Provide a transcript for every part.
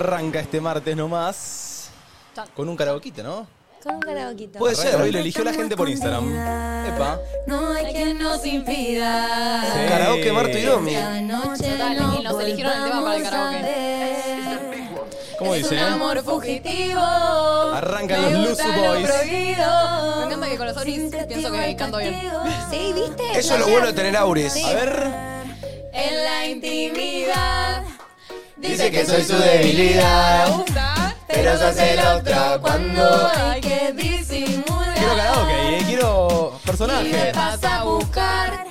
arranca este martes nomás. Con un karaokeita, ¿no? Con un karaoquito. Puede ser, hoy lo eligió la gente por Instagram. Epa. No hay quien nos impida. Karaoke Marto y Domi. Total, y nos eligieron el tema para el karaoke. ¿Cómo dice? eh? fugitivo. Arrancan los Luzu Boys. Me encanta que con los Oris pienso que canto bien. Sí, ¿viste? Eso es lo bueno de tener auris. Sí. A ver. En la intimidad. Dice que soy su debilidad. Pero sos el otro cuando hay que disimular. Quiero karaoke, eh, quiero Y me personaje. vas a buscar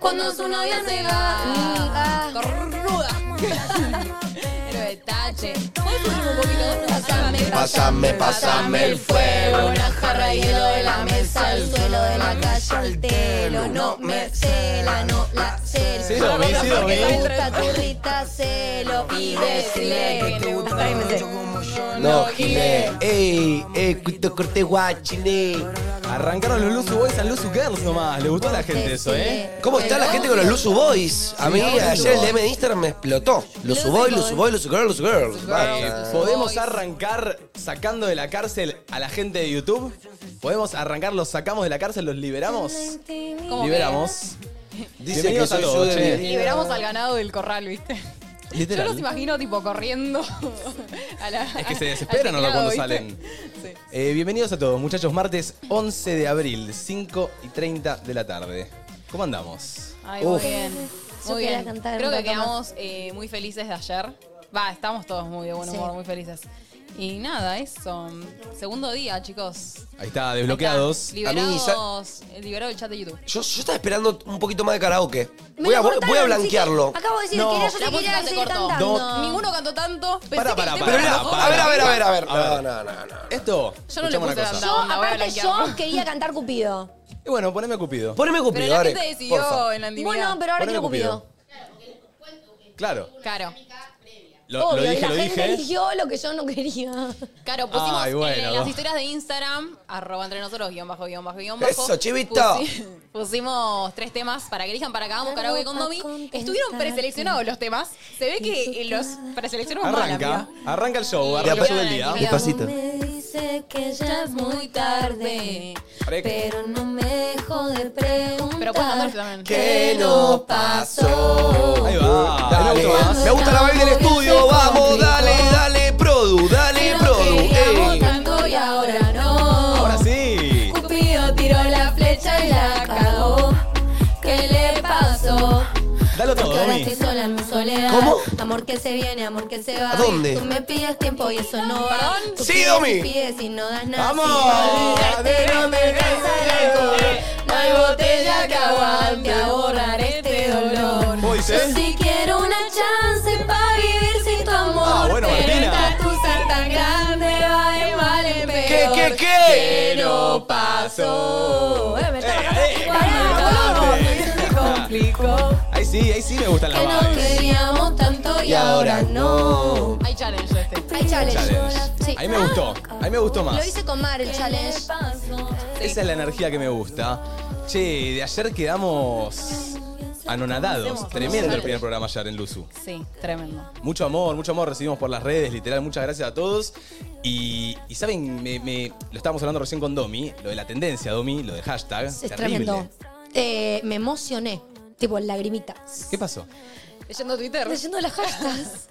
cuando su novia se ah. va. Cornuda. Pero de tache. ¿Puedes subirme un poquito? Pásame, Pásame, pásame el fuego. Una jarra de hielo de la mesa, el suelo de la calle al telo. No me cela, no la celo. Sí, lo vi, sí, lo Porque vi. me gusta tu rita, celo. Y decirle que te gusta y me sé. No, Gile. Ey, ey, cuito corte guachile. Arrancaron los Luzu Boys a Luzu Girls nomás. Le gustó a la gente eso, ¿eh? ¿Cómo está la gente con los Luzu Boys? A mí ayer el DM de Instagram me explotó. Luzu Boy, Luzu Boy, Luzu Girl, Luzu Girl. Eh, Basta. ¿Podemos arrancar sacando de la cárcel a la gente de YouTube? ¿Podemos arrancar? ¿Los sacamos de la cárcel? ¿Los liberamos? Como Liberamos. Dice que Bienvenidos a soy su todos, che. que debilidad. liberamos al ganado del corral, ¿viste? Literal. Yo los imagino tipo corriendo a la- Es que se al desesperan ahora cuando teclado, ¿viste? salen. Eh, bienvenidos a todos, muchachos. Martes 11 de abril, 5 y 30 de la tarde. ¿Cómo andamos? Ay, muy Uf. bien. Yo Muy quería bien. cantar un Creo que rato quedamos eh, muy felices de ayer. Va, estamos todos muy de buen humor, Sí. muy felices. Y nada, eso. Segundo día, chicos. Ahí está, Acá, desbloqueados. Liberados. eh, Liberado el chat de YouTube. Yo, yo estaba esperando un poquito más de karaoke. Me Voy a, lo voy, cortaron, voy a sí, blanquearlo. que Acabo de decir No. que era La yo que quería música se seguir cortó. cantando. No. Ninguno cantó tanto. Pensé Pará, que el pará, tema pará, Pero era era, mejor. para. a ver, a ver, a ver, a ver. A ver. No, no, no, no. Esto, Yo no le escuchame puse la Yo, No, la voy a aparte, blanquear. yo quería cantar Cupido. Y bueno, poneme a Cupido. Poneme Pero Cupido, la dale. gente decidió porfa. en la intimidad. Bueno, pero ahora Poneme quiero Cupido. Claro. Claro. Lo, lo Obvio, y dije, la lo gente dije. eligió lo que yo no quería. Claro, pusimos Ay, bueno. en las historias de Instagram, arroba entre nosotros, guión bajo, guión bajo, guión bajo. Eso, chivito. pusi- pusimos tres temas para que elijan para que hagamos Claro, karaoke con a Domi. contestarte. Estuvieron preseleccionados los temas. Se ve que los preseleccionamos mal, Arranca, amiga. arranca el show, Y arranca el la- show del día. y la- Despacito. Me dice que ya es muy tarde, Pará que- pero no me dejo de preguntar. Pero puedes cantar también. ¿Qué no pasó? Ahí va. Dale, Me gusta más. me gusta la vibe del estudio, vamos, dale, dale, produ, dale, produ. ey. tanto y ahora no. Ahora sí. Cupido tiró la flecha y la cagó. ¿Qué le pasó? Dalo todo, Porque ahora Domi. estoy sola en mi soledad. ¿Cómo? Amor que se viene, amor que se va. ¿A dónde? Tú me pides tiempo y eso no va. ¿Perdón? Tú Sí, pides, Domi. pides y no das nada. ¡Vamos! Si me olvidaste, no me alcanza el alcohol. No hay botella que aguante ahorrar este dolor. ¿Cómo dice? Yo sí quiero una chance para vivir sin tu amor. Ah, bueno, Pero Martina. esta tusa tan grande va de mal en ¿Qué, peor. qué, qué? ¿Qué no pasó? Eh, me está Eh, bajando eh, Pará, calma, boludo, calmate. se complicó. Ahí sí, ahí sí me gustan las Que no vibes. queríamos tanto y ahora no. Hay challenge este. Hay challenge. Challenge. Sí. Ah. Ahí me gustó, ahí me gustó Lo más. hice con Mar el challenge. Esa es la energía que me gusta. Che, de ayer quedamos anonadados. Tremendo el primer programa ayer en Luzu. Sí, tremendo. Mucho amor, mucho amor recibimos por las redes, literal. Muchas gracias a todos. Y, y saben, me- me- lo estábamos hablando recién con Domi, lo de la tendencia, Domi, lo de hashtag. Es terrible. tremendo. Eh, me emocioné. Tipo, lagrimitas. ¿Qué pasó? Leyendo Twitter. Leyendo las hashtags.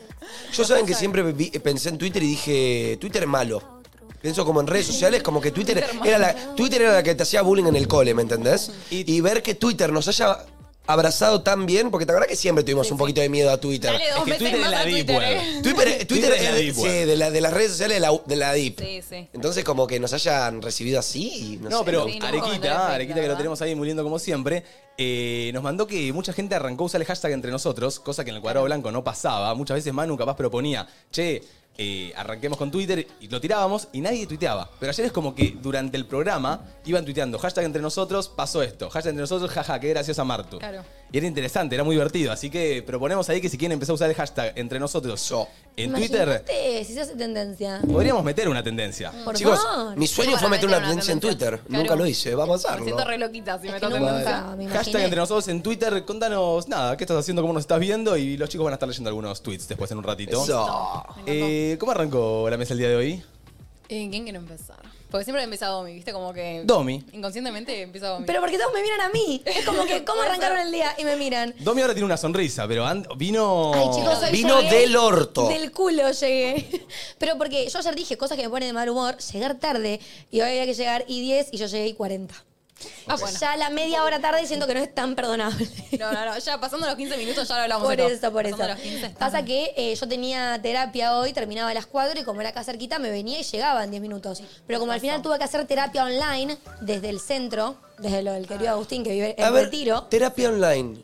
Yo saben que siempre vi- eh, pensé en Twitter y dije, Twitter es malo. Pienso como en redes sociales, como que Twitter era la, Twitter era la que te hacía bullying en el cole, ¿me entendés? Y- Y ver que Twitter nos haya abrazado tan bien, porque te acuerdas que siempre tuvimos un poquito de miedo a Twitter. Dale dos Es que veces Twitter es más la a deep Twitter, web. eh. Twitter, Twitter es la es- deep sí, web. de, la- de las redes sociales de la, de la DIP. Sí, sí. Entonces, como que nos hayan recibido así. y No, No, sé, pero me Sí, no, gusta. comentario Arequita, perfecto, Arequita que lo ¿verdad? tenemos ahí muy lindo como siempre, eh, nos mandó que mucha gente arrancó a usar el hashtag entre nosotros, cosa que en el cuadrado blanco no pasaba. Muchas veces Manu capaz proponía, che, eh, arranquemos con Twitter y lo tirábamos y nadie tuiteaba. Pero ayer es como que durante el programa iban tuiteando, hashtag entre nosotros, pasó esto, hashtag entre nosotros, jaja, qué graciosa Martu. Claro. Y era interesante, era muy divertido, así que proponemos ahí que si quieren empezar a usar el hashtag entre nosotros Eso. En Twitter Imagínate, Si se hace tendencia. podríamos meter una tendencia. Por Chicos, favor. mi sueño fue meter una tendencia en Twitter. Nunca lo hice, vamos a Me hacerlo. siento re loquita si me toca nunca, pensar. Ah, me imaginé. Hashtag entre nosotros en Twitter, contanos nada, qué estás haciendo, cómo nos estás viendo y los chicos van a estar leyendo algunos tweets después en un ratito. Eso. Eh, ¿Cómo arrancó la mesa el día de hoy? Eh, ¿Quién quiere empezar? Porque siempre empieza Domi, ¿viste? Como que. Domi. Inconscientemente empieza Domi. Pero porque todos me miran a mí. Es como que, ¿cómo arrancaron el día? Y me miran. Domi ahora tiene una sonrisa, pero an- vino... Ay, chicos, hoy Vino llegué del orto. Del culo llegué. Pero porque yo ayer dije cosas que me ponen de mal humor, llegar tarde, y hoy había que llegar y 10 y yo llegué y 40. Ah, bueno. Ya la media hora tarde siento que no es tan perdonable. No, no, no. Ya pasando los 15 minutos ya lo hablamos. Por de todo. eso, por eso. Pasando los 15 está Pasa mal. que eh, yo tenía terapia hoy, terminaba a las 4 y como era acá cerquita, me venía y llegaba en 10 minutos. Pero como al final tuve que hacer terapia online desde el centro, desde lo del Ah. querido Agustín que vive A en ver, Retiro. terapia online.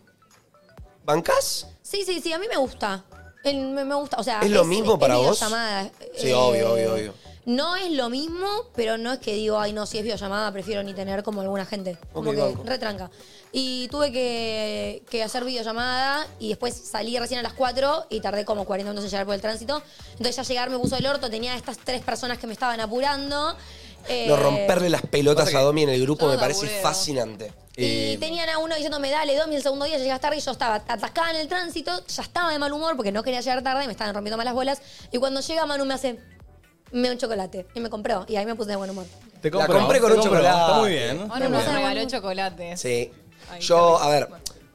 ¿Bancás? Sí, sí, sí, a mí me gusta. El- me, me gusta, o sea... ¿Es lo mismo para vos? videollamada. eh, Sí, obvio, obvio, obvio. No es lo mismo, pero no es que digo, ay, no, si es videollamada, prefiero ni tener como alguna gente. Como Ok, que banco. retranca. Y tuve que, que hacer videollamada y después salí recién a las 4 y tardé como 40 minutos en llegar por el tránsito. Entonces ya llegar me puso el orto, tenía estas tres personas que me estaban apurando. eh, No, romperle las pelotas pasa a que- Domi en el grupo me Todo parece aburrido. fascinante. Y Eh, tenían a uno diciéndome, dale, Domi, el segundo día ya llegas tarde. Y yo estaba atascada en el tránsito, ya estaba de mal humor porque no quería llegar tarde, me estaban rompiendo malas bolas. Y cuando llega Manu me hace, me da un chocolate. Y me compró. Y ahí me puse de buen humor. Te La compré con te un compro. chocolate. Está muy bien. Ahora Muy nos bien. regaló chocolates. Sí. Ay, Yo, qué a ver,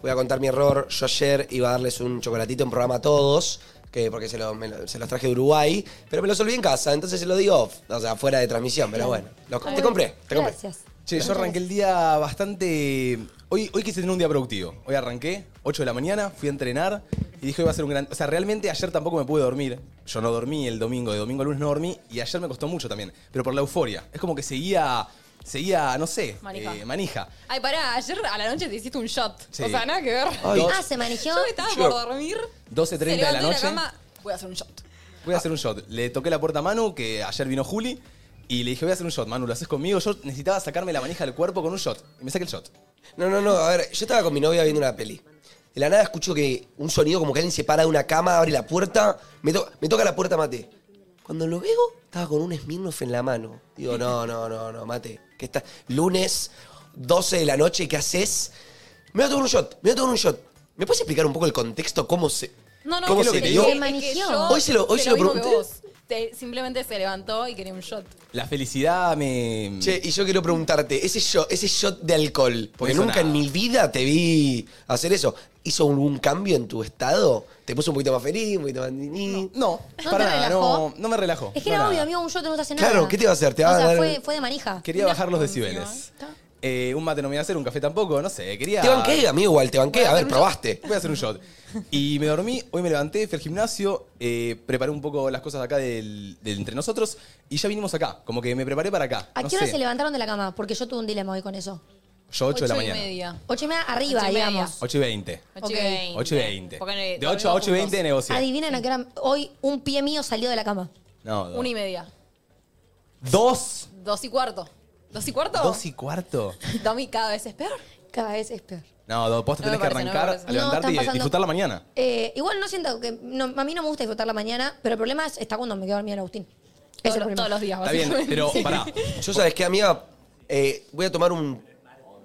voy a contar mi error. Yo ayer iba a darles un chocolatito en programa a todos, que porque se, lo- me lo- se los traje de Uruguay, pero me los olvidé en casa, entonces se lo di off, o sea, fuera de transmisión, pero bueno. Los- te compré, te compré. Gracias. Che, yo arranqué el día bastante. Hoy, hoy quise tener un día productivo. Hoy arranqué, 8 de la mañana, fui a entrenar y dije hoy va a ser un gran. O sea, realmente ayer tampoco me pude dormir. Yo no dormí el domingo, de domingo a lunes no dormí y ayer me costó mucho también. Pero por la euforia. Es como que seguía, seguía no sé, Manija. eh, manija. Ay, pará, ayer a la noche te hiciste un shot. Sí. O sea, nada que ver. Ay, Ah, se manejó. Yo estaba Yo- por dormir. 12:30 de se la levantó noche. cama, voy a hacer un shot. Voy a hacer un shot. Le toqué la puerta a Manu, que ayer vino Juli, y le dije, voy a hacer un shot, Manu, ¿lo haces conmigo? Yo necesitaba sacarme la manija del cuerpo con un shot. Y me saqué el shot. No, no, no, a ver, yo estaba con mi novia viendo una peli. De la nada escucho que un sonido como que alguien se para de una cama, abre la puerta, me, to- me toca la puerta Mate. Cuando lo veo, estaba con un Smirnoff en la mano. Digo, no, no, no, no, Mate, que está lunes 12 de la noche, ¿qué haces? Me voy a tomar un shot, me voy a tomar un shot. ¿Me puedes explicar un poco el contexto cómo se No, no, cómo es se que dio? dio? dije, es que Manigió. yo Hoy se lo- hoy hice se lo mismo que pregunté. vos. Te- simplemente se levantó y quería un shot. La felicidad me... Che, y yo quiero preguntarte, ese shot, ese shot de alcohol, porque hizo nunca en nada. mi vida te vi hacer eso, ¿hizo algún cambio en tu estado? ¿Te puso un poquito más feliz, un poquito más... ni- No, ¿No para te nada, relajó? no, no me relajo. Es que no era nada. obvio, amigo, un yo no te hace nada. Claro, ¿qué te va a hacer? Te va o a sea, dar- fue, fue de manija. Quería bajar los decibeles. Eh, un mate no me iba a hacer, un café tampoco, no sé, quería... Te banqué, amigo, igual, te banqué. A ver, probaste. Voy a hacer un shot. Y me dormí, hoy me levanté, fui al gimnasio, eh, preparé un poco las cosas acá del, del- entre nosotros y ya vinimos acá, como que me preparé para acá. ¿A no qué hora sé. se levantaron de la cama? Porque yo tuve un dilema hoy con eso. Yo 8 de la Ocho y mañana. media. Ocho y media arriba, Ocho y media. digamos. 8 y 20. Ocho Ok. y veinte. 8 y 20. Porque De 8 a 8 y 20 dormimos juntos. negocia. Adivinen a qué hora. Hoy un pie mío salió de la cama. No, no. Una y media. ¿Dos? Dos y cuarto. ¿Dos y cuarto? ¿Dos y cuarto? Domi cada vez es peor. Cada vez es peor. No, dos, vos te No me tenés que parece, no me arrancar parece. a No, levantarte están y pasando- disfrutar la mañana. Eh, igual no siento que. no, a mí no me gusta disfrutar la mañana, pero el problema es, está cuando me quedo dormida en Agustín. Ese es Todos, el problema. todos los días, Está bien, Ah, básicamente. pero Sí. pará. Yo, ¿sabes qué, amiga? Eh, voy a tomar un,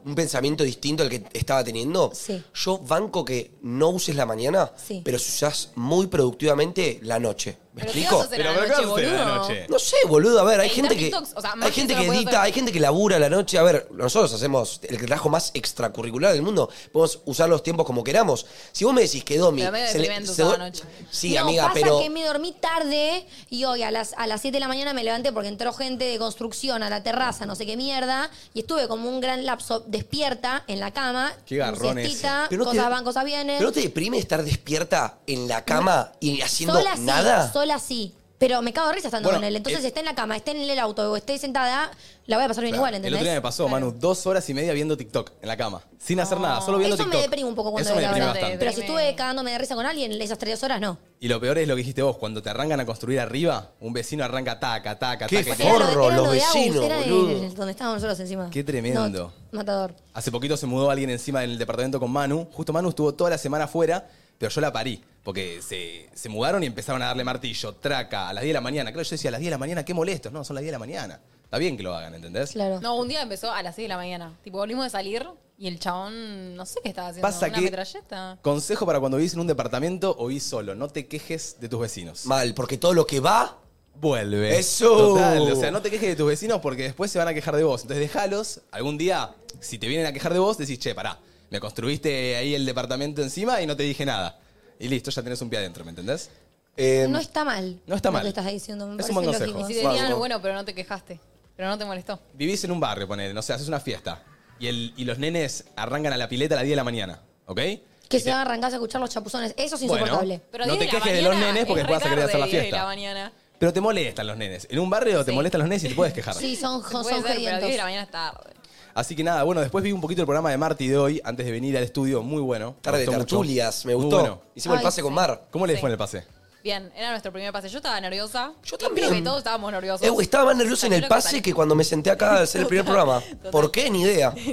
un pensamiento distinto al que estaba teniendo. Sí. Yo banco que no uses la mañana, Sí. pero si usás muy productivamente la noche. ¿Me ¿Pero qué explico? vas a hacer a Pero la ¿pero qué noche, vas a hacer a la boludo? noche? No sé, boludo. A ver, hay Editar gente que. TikToks, o sea, más hay que gente eso que no puedo edita, hacer. hay gente que labura a la noche. A ver, nosotros hacemos el trabajo más extracurricular del mundo. Podemos usar los tiempos como queramos. Si vos me decís que Domi. Pero medio deprimente do- usar la noche. Sí, no, amiga, pasa pero. que me dormí tarde y hoy a las, a las 7 de la mañana me levanté porque entró gente de construcción a la terraza, no sé qué mierda, y estuve como un gran lapso despierta en la cama. Qué garrón siestita, Pero no te- cosas van, cosas vienen. ¿Pero no te deprime estar despierta en la cama y haciendo sola sí, nada? sola sí. Pero me cago de risa estando Bueno, con él. Entonces eh, esté en la cama, esté en el auto o esté sentada, la voy a pasar bien igual, El ¿entendés? otro día me pasó, Manu, dos horas y media viendo TikTok en la cama. Sin hacer nada, solo viendo Eso TikTok. me deprime un poco cuando Eso me veo, la deprime verdad. bastante. Pero si Deprime. estuve cagándome de risa con alguien esas tres horas, no. Y lo peor es lo que dijiste vos, cuando te arrancan a construir arriba, un vecino arranca taca, taca, Qué taca. Era lo- Forro, era lo los de Agus, vecinos, era de- boludo. donde estábamos nosotros encima. Qué tremendo. No, matador. Hace poquito se mudó alguien encima del departamento con Manu. Justo Manu estuvo toda la semana afuera, pero yo la parí. Porque se, se mudaron y empezaron a darle martillo, traca, a las 10 de la mañana. Claro, yo decía, a las 10 de la mañana, qué molestos. No, son las 10 de la mañana. Está bien que lo hagan, ¿entendés? Claro. No, un día empezó a las 6 de la mañana. Tipo, volvimos de salir y el chabón, no sé qué estaba haciendo. Pasa una que- metralleta. Consejo para cuando vivís en un departamento o vivís solo. No te quejes de tus vecinos. Mal, porque todo lo que va, Vuelve. Eso. Total. O sea, no te quejes de tus vecinos porque después se van a quejar de vos. Entonces déjalos. Algún día, si te vienen a quejar de vos, decís, che, pará, me construiste ahí el departamento encima y no te dije nada. Y listo, ya tenés un pie adentro, ¿me entendés? eh, No está mal. No está lo mal. que estás diciendo, me Es un buen parece consejo. lógico. Y si Vamos. tenían, bueno, pero no te quejaste. Pero no te molestó. Vivís en un barrio, ponele, no sé, haces una fiesta. Y, el, y los nenes arrancan a la pileta a las 10 de la mañana, ¿ok? Que Y se te- van a arrancar a escuchar los chapuzones. Eso es Bueno. insoportable. Pero No 10 te la quejes de los mañana nenes porque es después vas a querer re hacer la tarde, 10 fiesta. de la mañana. Pero te molestan los nenes. En un barrio te Sí. molestan los nenes y te puedes quejar. Sí, son, Se son, puede ser, pero 10 de la sedientos. mañana es tarde. Así que nada, bueno, después vi un poquito el programa de Marty de hoy, antes de venir al estudio, muy bueno. Me tarde de gustó mucho. tertulias, me Muy gustó. bueno. Hicimos el Ay, pase con Mar. ¿Cómo le Sí. fue en el pase? Bien, era nuestro primer pase. Yo estaba nerviosa. Yo Y creo también. que todos estábamos nerviosos. Eh, güey, estaba más nervioso en el Creo pase salí- que cuando me senté acá a hacer el primer programa. Total. ¿Por qué? Ni idea.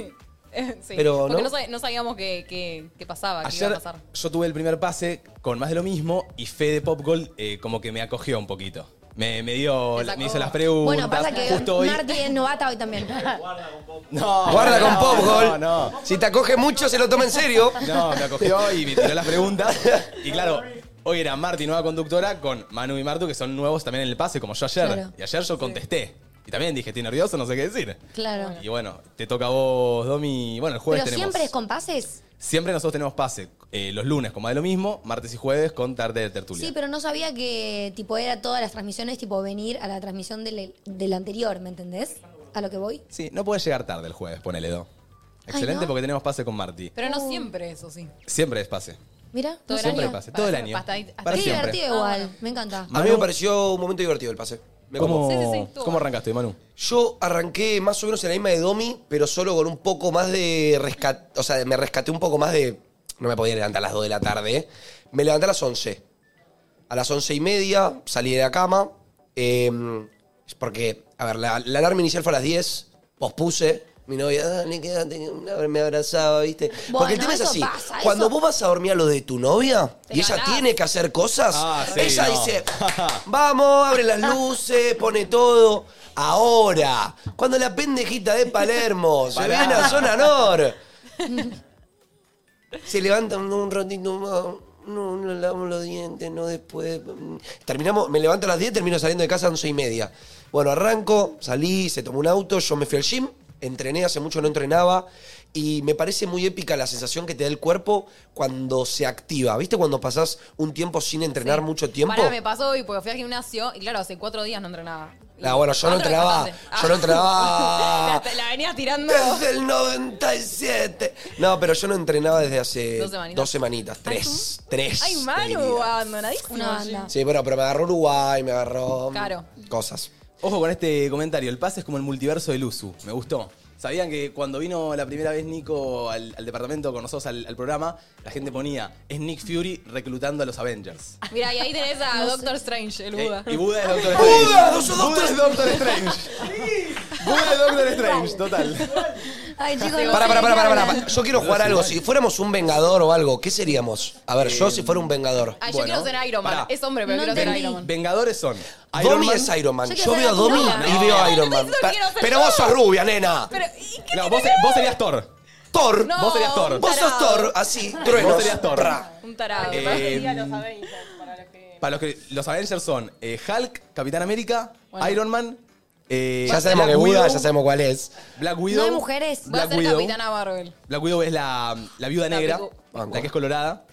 Sí, pero porque no. no, sabe- no sabíamos qué, qué- qué pasaba, qué iba Ayer a pasar. yo tuve el primer pase con más de lo mismo y Fede Pop Gold eh, como que me acogió un poquito. Me, me dio, Te sacó. me hizo las preguntas. Bueno, pasa que justo hoy. Marty es novata hoy también. No, Guarda no, con Pop Gol. No, no. Si te acoge mucho, se lo toma en serio. No, me acogió y me tiró las preguntas. Y claro, hoy era Marti, nueva conductora, con Manu y Martu, que son nuevos también en el pase, como yo ayer. Claro. Y ayer yo contesté. Y también dije, estoy nervioso, no sé qué decir. Claro. Y bueno, te toca a vos, Domi. Bueno, el jueves Pero tenemos. siempre es con pases. Siempre nosotros tenemos pase. eh, los lunes con más de lo mismo, martes y jueves con tarde de tertulia. Sí, pero no sabía que tipo era todas las transmisiones, tipo venir a la transmisión del, del anterior, ¿me entendés? A lo que voy. Sí, no puedes llegar tarde el jueves, ponele Do. Excelente ¿no? porque tenemos pase con Marti. Pero no siempre eso, sí. Siempre es pase. Mira, Todo el siempre año. hay pase. Todo el año. Hasta ahí- hasta Para qué siempre. Ah, divertido igual, me encanta. A mí Manu. me pareció un momento divertido el pase. Me ¿Cómo, convocó. Sí, sí, sí, estuvo. ¿Cómo arrancaste, Manu? Yo arranqué más o menos en la misma de Domi, pero solo con un poco más de rescate. O sea, me rescaté un poco más de. No me podía levantar a las 2 de la tarde. ¿eh? Me levanté a las 11. A las 11 y media salí de la cama. eh, es porque, a ver, la, la alarma inicial fue a las 10. Pospuse. Mi novia, dale, quédate. una- Me abrazaba, ¿viste? porque el tema es eso así. pasa, cuando eso- vos vas a dormir a lo de tu novia Te y ella ganás. tiene que hacer cosas, Ah, sí, ella no. dice, Vamos, abre las luces, pone todo. Ahora, cuando la pendejita de Palermo se Pará. viene a zona nor, se levanta un, un ratito más. No, no lavamos los dientes, no después. Terminamos, me levanto a las 10, termino saliendo de casa a 11 y media. Bueno, arranco, salí, se tomó un auto, yo me fui al gym, entrené, hace mucho no entrenaba. Y me parece muy épica la sensación que te da el cuerpo cuando se activa. ¿Viste cuando pasás un tiempo sin entrenar Sí. mucho tiempo? Pará, me pasó hoy porque fui al gimnasio y claro, hace cuatro días no entrenaba. Ah, No, Ah, bueno, yo no Cuatro entrenaba, bastante. yo no entrenaba. la, la venía tirando. Desde el 97. No, pero yo no entrenaba desde hace Dos semanitas. semanitas, tres. tres. Ay, te Manu, diría. abandonadísimo. Una banda. Sí, bueno, pero me agarró Uruguay, me agarró. mm, Claro. Cosas. Ojo con este comentario. El pase es como el multiverso del Luzu. Me gustó. Sabían que cuando vino la primera vez Nico al, al departamento con nosotros al, al programa, la gente ponía, es Nick Fury reclutando a los Avengers. Mira, y ahí tenés a Doctor Strange, el Buda. Eh, y Buda es Doctor Strange. Buda, no son Buda es Doctor Strange. Buda es Doctor Strange, total. Ay, chicos, no sé Para, para, de para, qué para, para, hablan. Yo quiero jugar algo. Si fuéramos un vengador o algo, ¿qué seríamos? A ver, yo si fuera un vengador. Bueno, Ay, Ah, yo quiero ser Iron Man. pará. Es hombre, pero No quiero ser entendí. Iron Man. Vengadores son Domi es Iron Man. Yo Yo, quiero ser veo a Domi Iron y Man. veo a No, Iron no, Man. no, Pa- quiero ser Pero yo. vos sos rubia, nena. Pero, ¿y qué No, te vos, tenés? vos serías Thor. Thor. No, vos serías Thor. Vos sos tarado. Thor, así, truenos. Vos serías Thor. Pra. Un tarado. Eh, para los que. Para los que los Avengers son eh, Hulk, Capitán América, Bueno. Iron Man. eh, Ya sabemos Black que Buda, Widow, ya sabemos cuál es. Black Widow. No hay mujeres. Voy a Black ser Widow. Capitana Marvel. Black Widow es la, la viuda La negra, Widow. la que es colorada.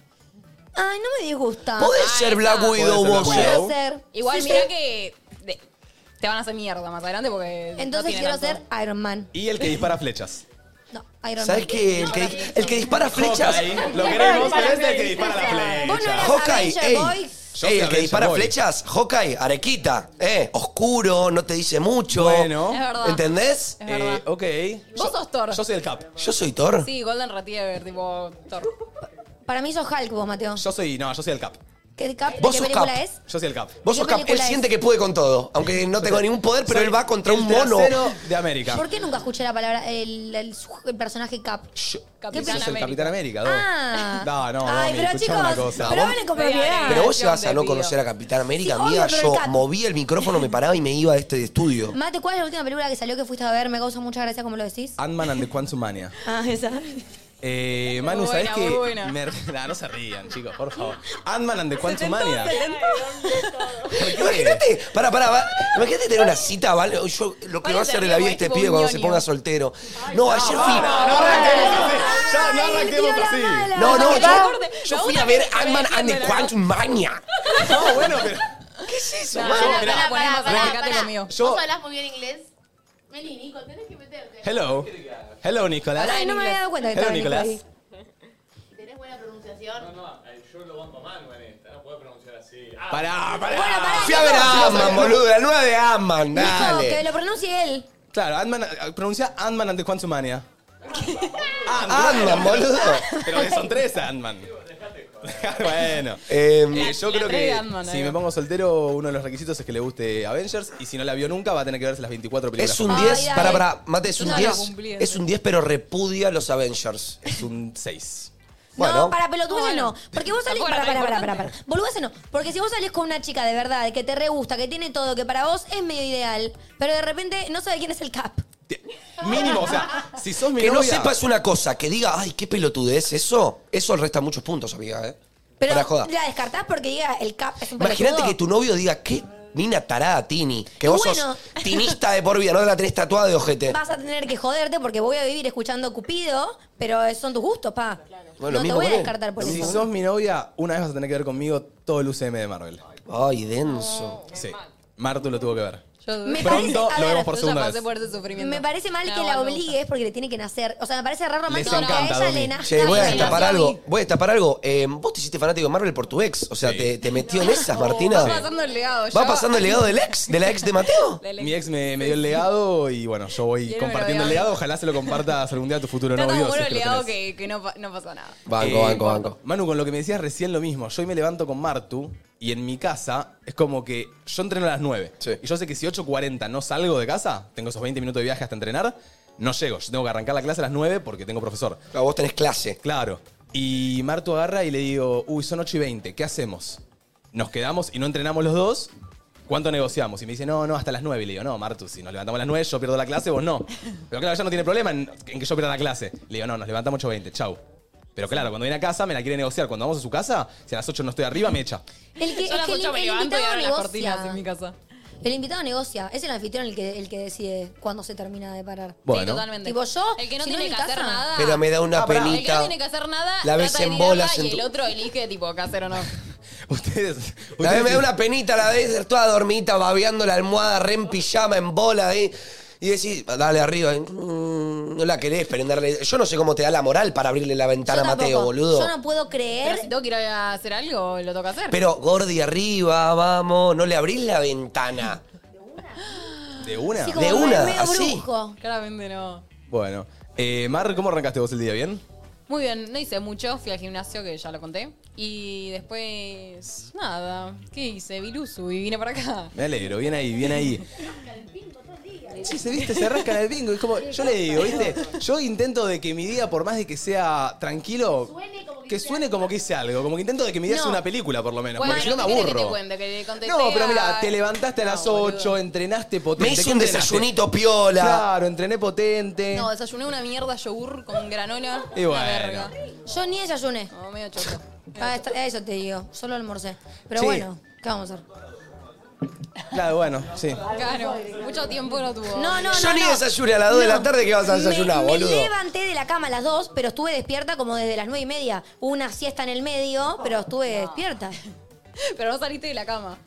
Ay, no me disgusta. Podés Ah, ser esa. Black Podés Widow ser Black vos, Widow. ¿eh? Quiero ser. Igual, Sí, mira sí. que de- te van a hacer mierda más adelante porque. no Entonces tiene quiero tanto. ser Iron Man. Y el que dispara flechas. No, Iron ¿Sabes Man. qué? El que, el que dispara flechas. Hawkeye, lo queremos, pero es el que dispara la Vos no flecha. eras Hawkeye, Avenger ey. Boy. Yo soy Ey, el que Avenger dispara Boy. flechas, Hawkeye, Arequita, eh, oscuro, no te dice mucho. Bueno. Es verdad. ¿Entendés? Es Eh, verdad. ok. Yo- Vos sos Thor. Yo soy el Cap. Yo soy Thor. Sí, Golden Retriever, tipo Thor. Para mí sos Hulk vos, Mateo. Yo soy. No, yo soy el Cap. ¿Qué, cap, Vos ¿qué sos película Cap. es? Yo soy el cap. Vos sos ¿Qué cap, él película es? siente que puede con todo, aunque no tengo ningún poder, pero Soy él va contra el un mono. trasero de América. ¿Por qué nunca escuché la palabra, el, el su- el personaje Cap? Yo Yo- soy Capitán el Capitán América, América. dos. Ah. No, no, Ay, Domi, pero escuchá chicos, una cosa. pero Vos- hablen con propiedad. Pero vos Ay, llevas John a no te conocer a pido. Capitán América, Sí, amiga. obvio, pero Yo el cat- movía el micrófono, me paraba y me iba a este estudio. Mate, ¿cuál es la última película que salió que fuiste a ver? Me causa mucha gracia como lo decís. Ant-Man and the Quantum Mania. Ah, esa. Eh, Manu, Muy ¿sabés buena, qué? muy buena. Me- Nah, no se rían, chicos, por favor. Ant-Man and the Quantum Mania. Imagínate, pará, pará, va- imagínate tener una cita, ¿vale? Yo, lo que Vale, va a hacer de la terrible, vida es este tipo pibe un cuando se ñoño. ponga soltero. No, ayer fui. Ya, no arranquemos así. No, no, yo, la corte. yo La fui otra a ver vez que Ant-Man me and the dijeron, Quantum Mania. No, bueno, pero. Ah, No, Yo, no, mirá, no, ponemos pará, acércate pará. conmigo. Yo. Vos hablas muy bien inglés. Meli, Nico, tenés que meterte. Hello. Hello, Nicolás. Ay, no me había dado cuenta que Hello, estaba Nicolás. Nicolás. ahí. Tenés buena pronunciación. Pará, pará. Fui a ver a Ant-Man, boludo, la nueva de Ant-Man, Nico, que dale. lo pronuncie él. Claro, Ant-Man. Pronuncia Ant-Man ante Quantum Mania. Ant-Man, boludo. Ah, Pero que son tres Ant-Man. bueno. Em, Eh, yo La creo tres de que Ant-Man, si ahí me va. pongo soltero, uno de los requisitos es que le guste Avengers. Y si no la vio nunca, va a tener que verse las 24 películas. es un Ay, 10, ay. pará, pará, mate, es un No, no, 10, cumplí ese. es un 10 pero repudia a los Avengers. Es un 6. no, Bueno, para pelotudeces Bueno. no. Porque vos salís. Tampoco era Para, tan para, para, para, importante. Boludeces no. Porque si vos salís con una chica de verdad, que te re gusta, que tiene todo, que para vos es medio ideal, pero de repente no sabe quién es el cap. Mínimo, o sea, si sos mi que no novia- sepa es una cosa, que diga, ay, qué pelotudez, eso, eso resta muchos puntos, amiga, eh. Pero Para joda. la descartás porque diga el cap es un Imagínate pelotudo. que tu novio diga, qué mina tarada, Tini. Que vos bueno. sos tinista de por vida, no te la tenés tatuada de ojete. Vas a tener que joderte porque voy a vivir escuchando Cupido, pero son tus gustos, pa. Bueno, no te mismo voy a con él. descartar por Si eso. sos mi novia, una vez vas a tener que ver conmigo todo el UCM de Marvel. Ay, denso. Sí. Martu lo tuvo que ver. Yo- Me Pronto parece- a lo ver, vemos por Yo ya segunda pasé vez. por ese sufrimiento. Me parece mal No, que la igual me obligues porque le tiene que nacer. O sea, me parece re romántico Les que a encanta, ella Domi. le nazca. Che, voy a Ay, destapar no, algo. Domi. Voy a destapar algo. Eh, vos te hiciste fanático de Marvel por tu ex. O sea, Sí. te, te metió en esas, gusta. Martina. Va pasando el legado. ya ¿Va pasando el legado del ex? ¿De la ex de Mateo? Del Mi ex me, me dio el legado y bueno, yo voy Y él me lo compartiendo el dio. legado. Ojalá se lo compartas algún día a tu futuro Está tan novio. si bueno es el que lo legado tenés. que, que no, pa- no pasó nada. Banco, Eh, banco, banco. Manu, con lo que me decías recién lo mismo. Yo hoy me levanto con Martu y en mi casa es como que yo entreno a las 9. Sí. Y yo sé que si 8.40 no salgo de casa, tengo esos 20 minutos de viaje hasta entrenar, no llego. Yo tengo que arrancar la clase a las 9 porque tengo profesor. Claro, vos tenés clase. Claro. Y Martu agarra y le digo, uy, son 8 y 20, ¿qué hacemos? ¿Nos quedamos y no entrenamos los dos? ¿Cuánto negociamos? Y me dice, no, no, hasta las 9. Y le digo, no, Martu, si nos levantamos a las 9, yo pierdo la clase, vos no. Pero claro, ella no tiene problema en, en que yo pierda la clase. Le digo, no, nos levantamos 8.20, chau. Pero claro, cuando viene a casa me la quiere negociar. Cuando vamos a su casa, si a las 8 no estoy arriba, me echa. El que, Yo a es las que el, 8 me el levanto y invitado abro las cortinas en mi negocia. casa. El invitado negocia. Es el anfitrión el que, el que decide cuándo se termina de parar. Bueno. Sí, totalmente. Tipo, yo, el que no si no tiene en que mi hacer casa- nada. Pero me da una Ah, pará. El que no penita. tiene que hacer nada, La ves trata de en lidiarla bolas en y el tu- otro elige tipo qué hacer o no. Er Ustedes. ustedes La vez me da una penita, la vez toda dormidita, babeando la almohada, re en pijama, en bola ahí. Y decís, dale arriba. eh. Mm, No la querés prenderle. Yo no sé cómo te da la moral para abrirle la ventana Yo a Mateo, tampoco. boludo. Yo no puedo Pero creer. si tengo que ir a hacer algo, lo toca hacer. Pero Gordi arriba, vamos, no le abrís la ventana. ¿De una? así como de re- una, medio así. brusco. Claramente no. Bueno. Eh, Mar, ¿cómo arrancaste vos el día? ¿Bien? Muy bien, no hice mucho, fui al gimnasio, que ya lo conté. Y después, nada, ¿qué hice? Virusu y vine para acá. Me alegro, bien ahí, bien ahí. Sí, se viste, se rascan el bingo. Es como, yo le digo, ¿viste? Yo intento de que mi día, por más de que sea tranquilo, que suene como que hice algo. Como que intento de que mi día No. sea una película, por lo menos. Bueno, porque si no me ¿qué querés que aburro. te cuente? Que le contesté no, pero a- mira, te levantaste a No, las boludo. 8, entrenaste potente. Me hice ¿Qué un entrenaste? desayunito piola. Claro, entrené potente. No, desayuné una mierda yogur con granola. Y una bueno. verga. Yo ni desayuné. No, medio choto. Ah, está- eso te digo. Solo almorcé. Pero Sí. bueno, ¿qué vamos a hacer? Claro, bueno, sí. Claro, mucho tiempo no tuvo. No, no, Yo no, ni no. desayuné a las 2 de la tarde que vas a Me- desayunar, me, boludo. levanté de la cama a las 2, pero estuve despierta como desde las 9 y media. Hubo una siesta en el medio, pero estuve despierta. Pero no saliste de la cama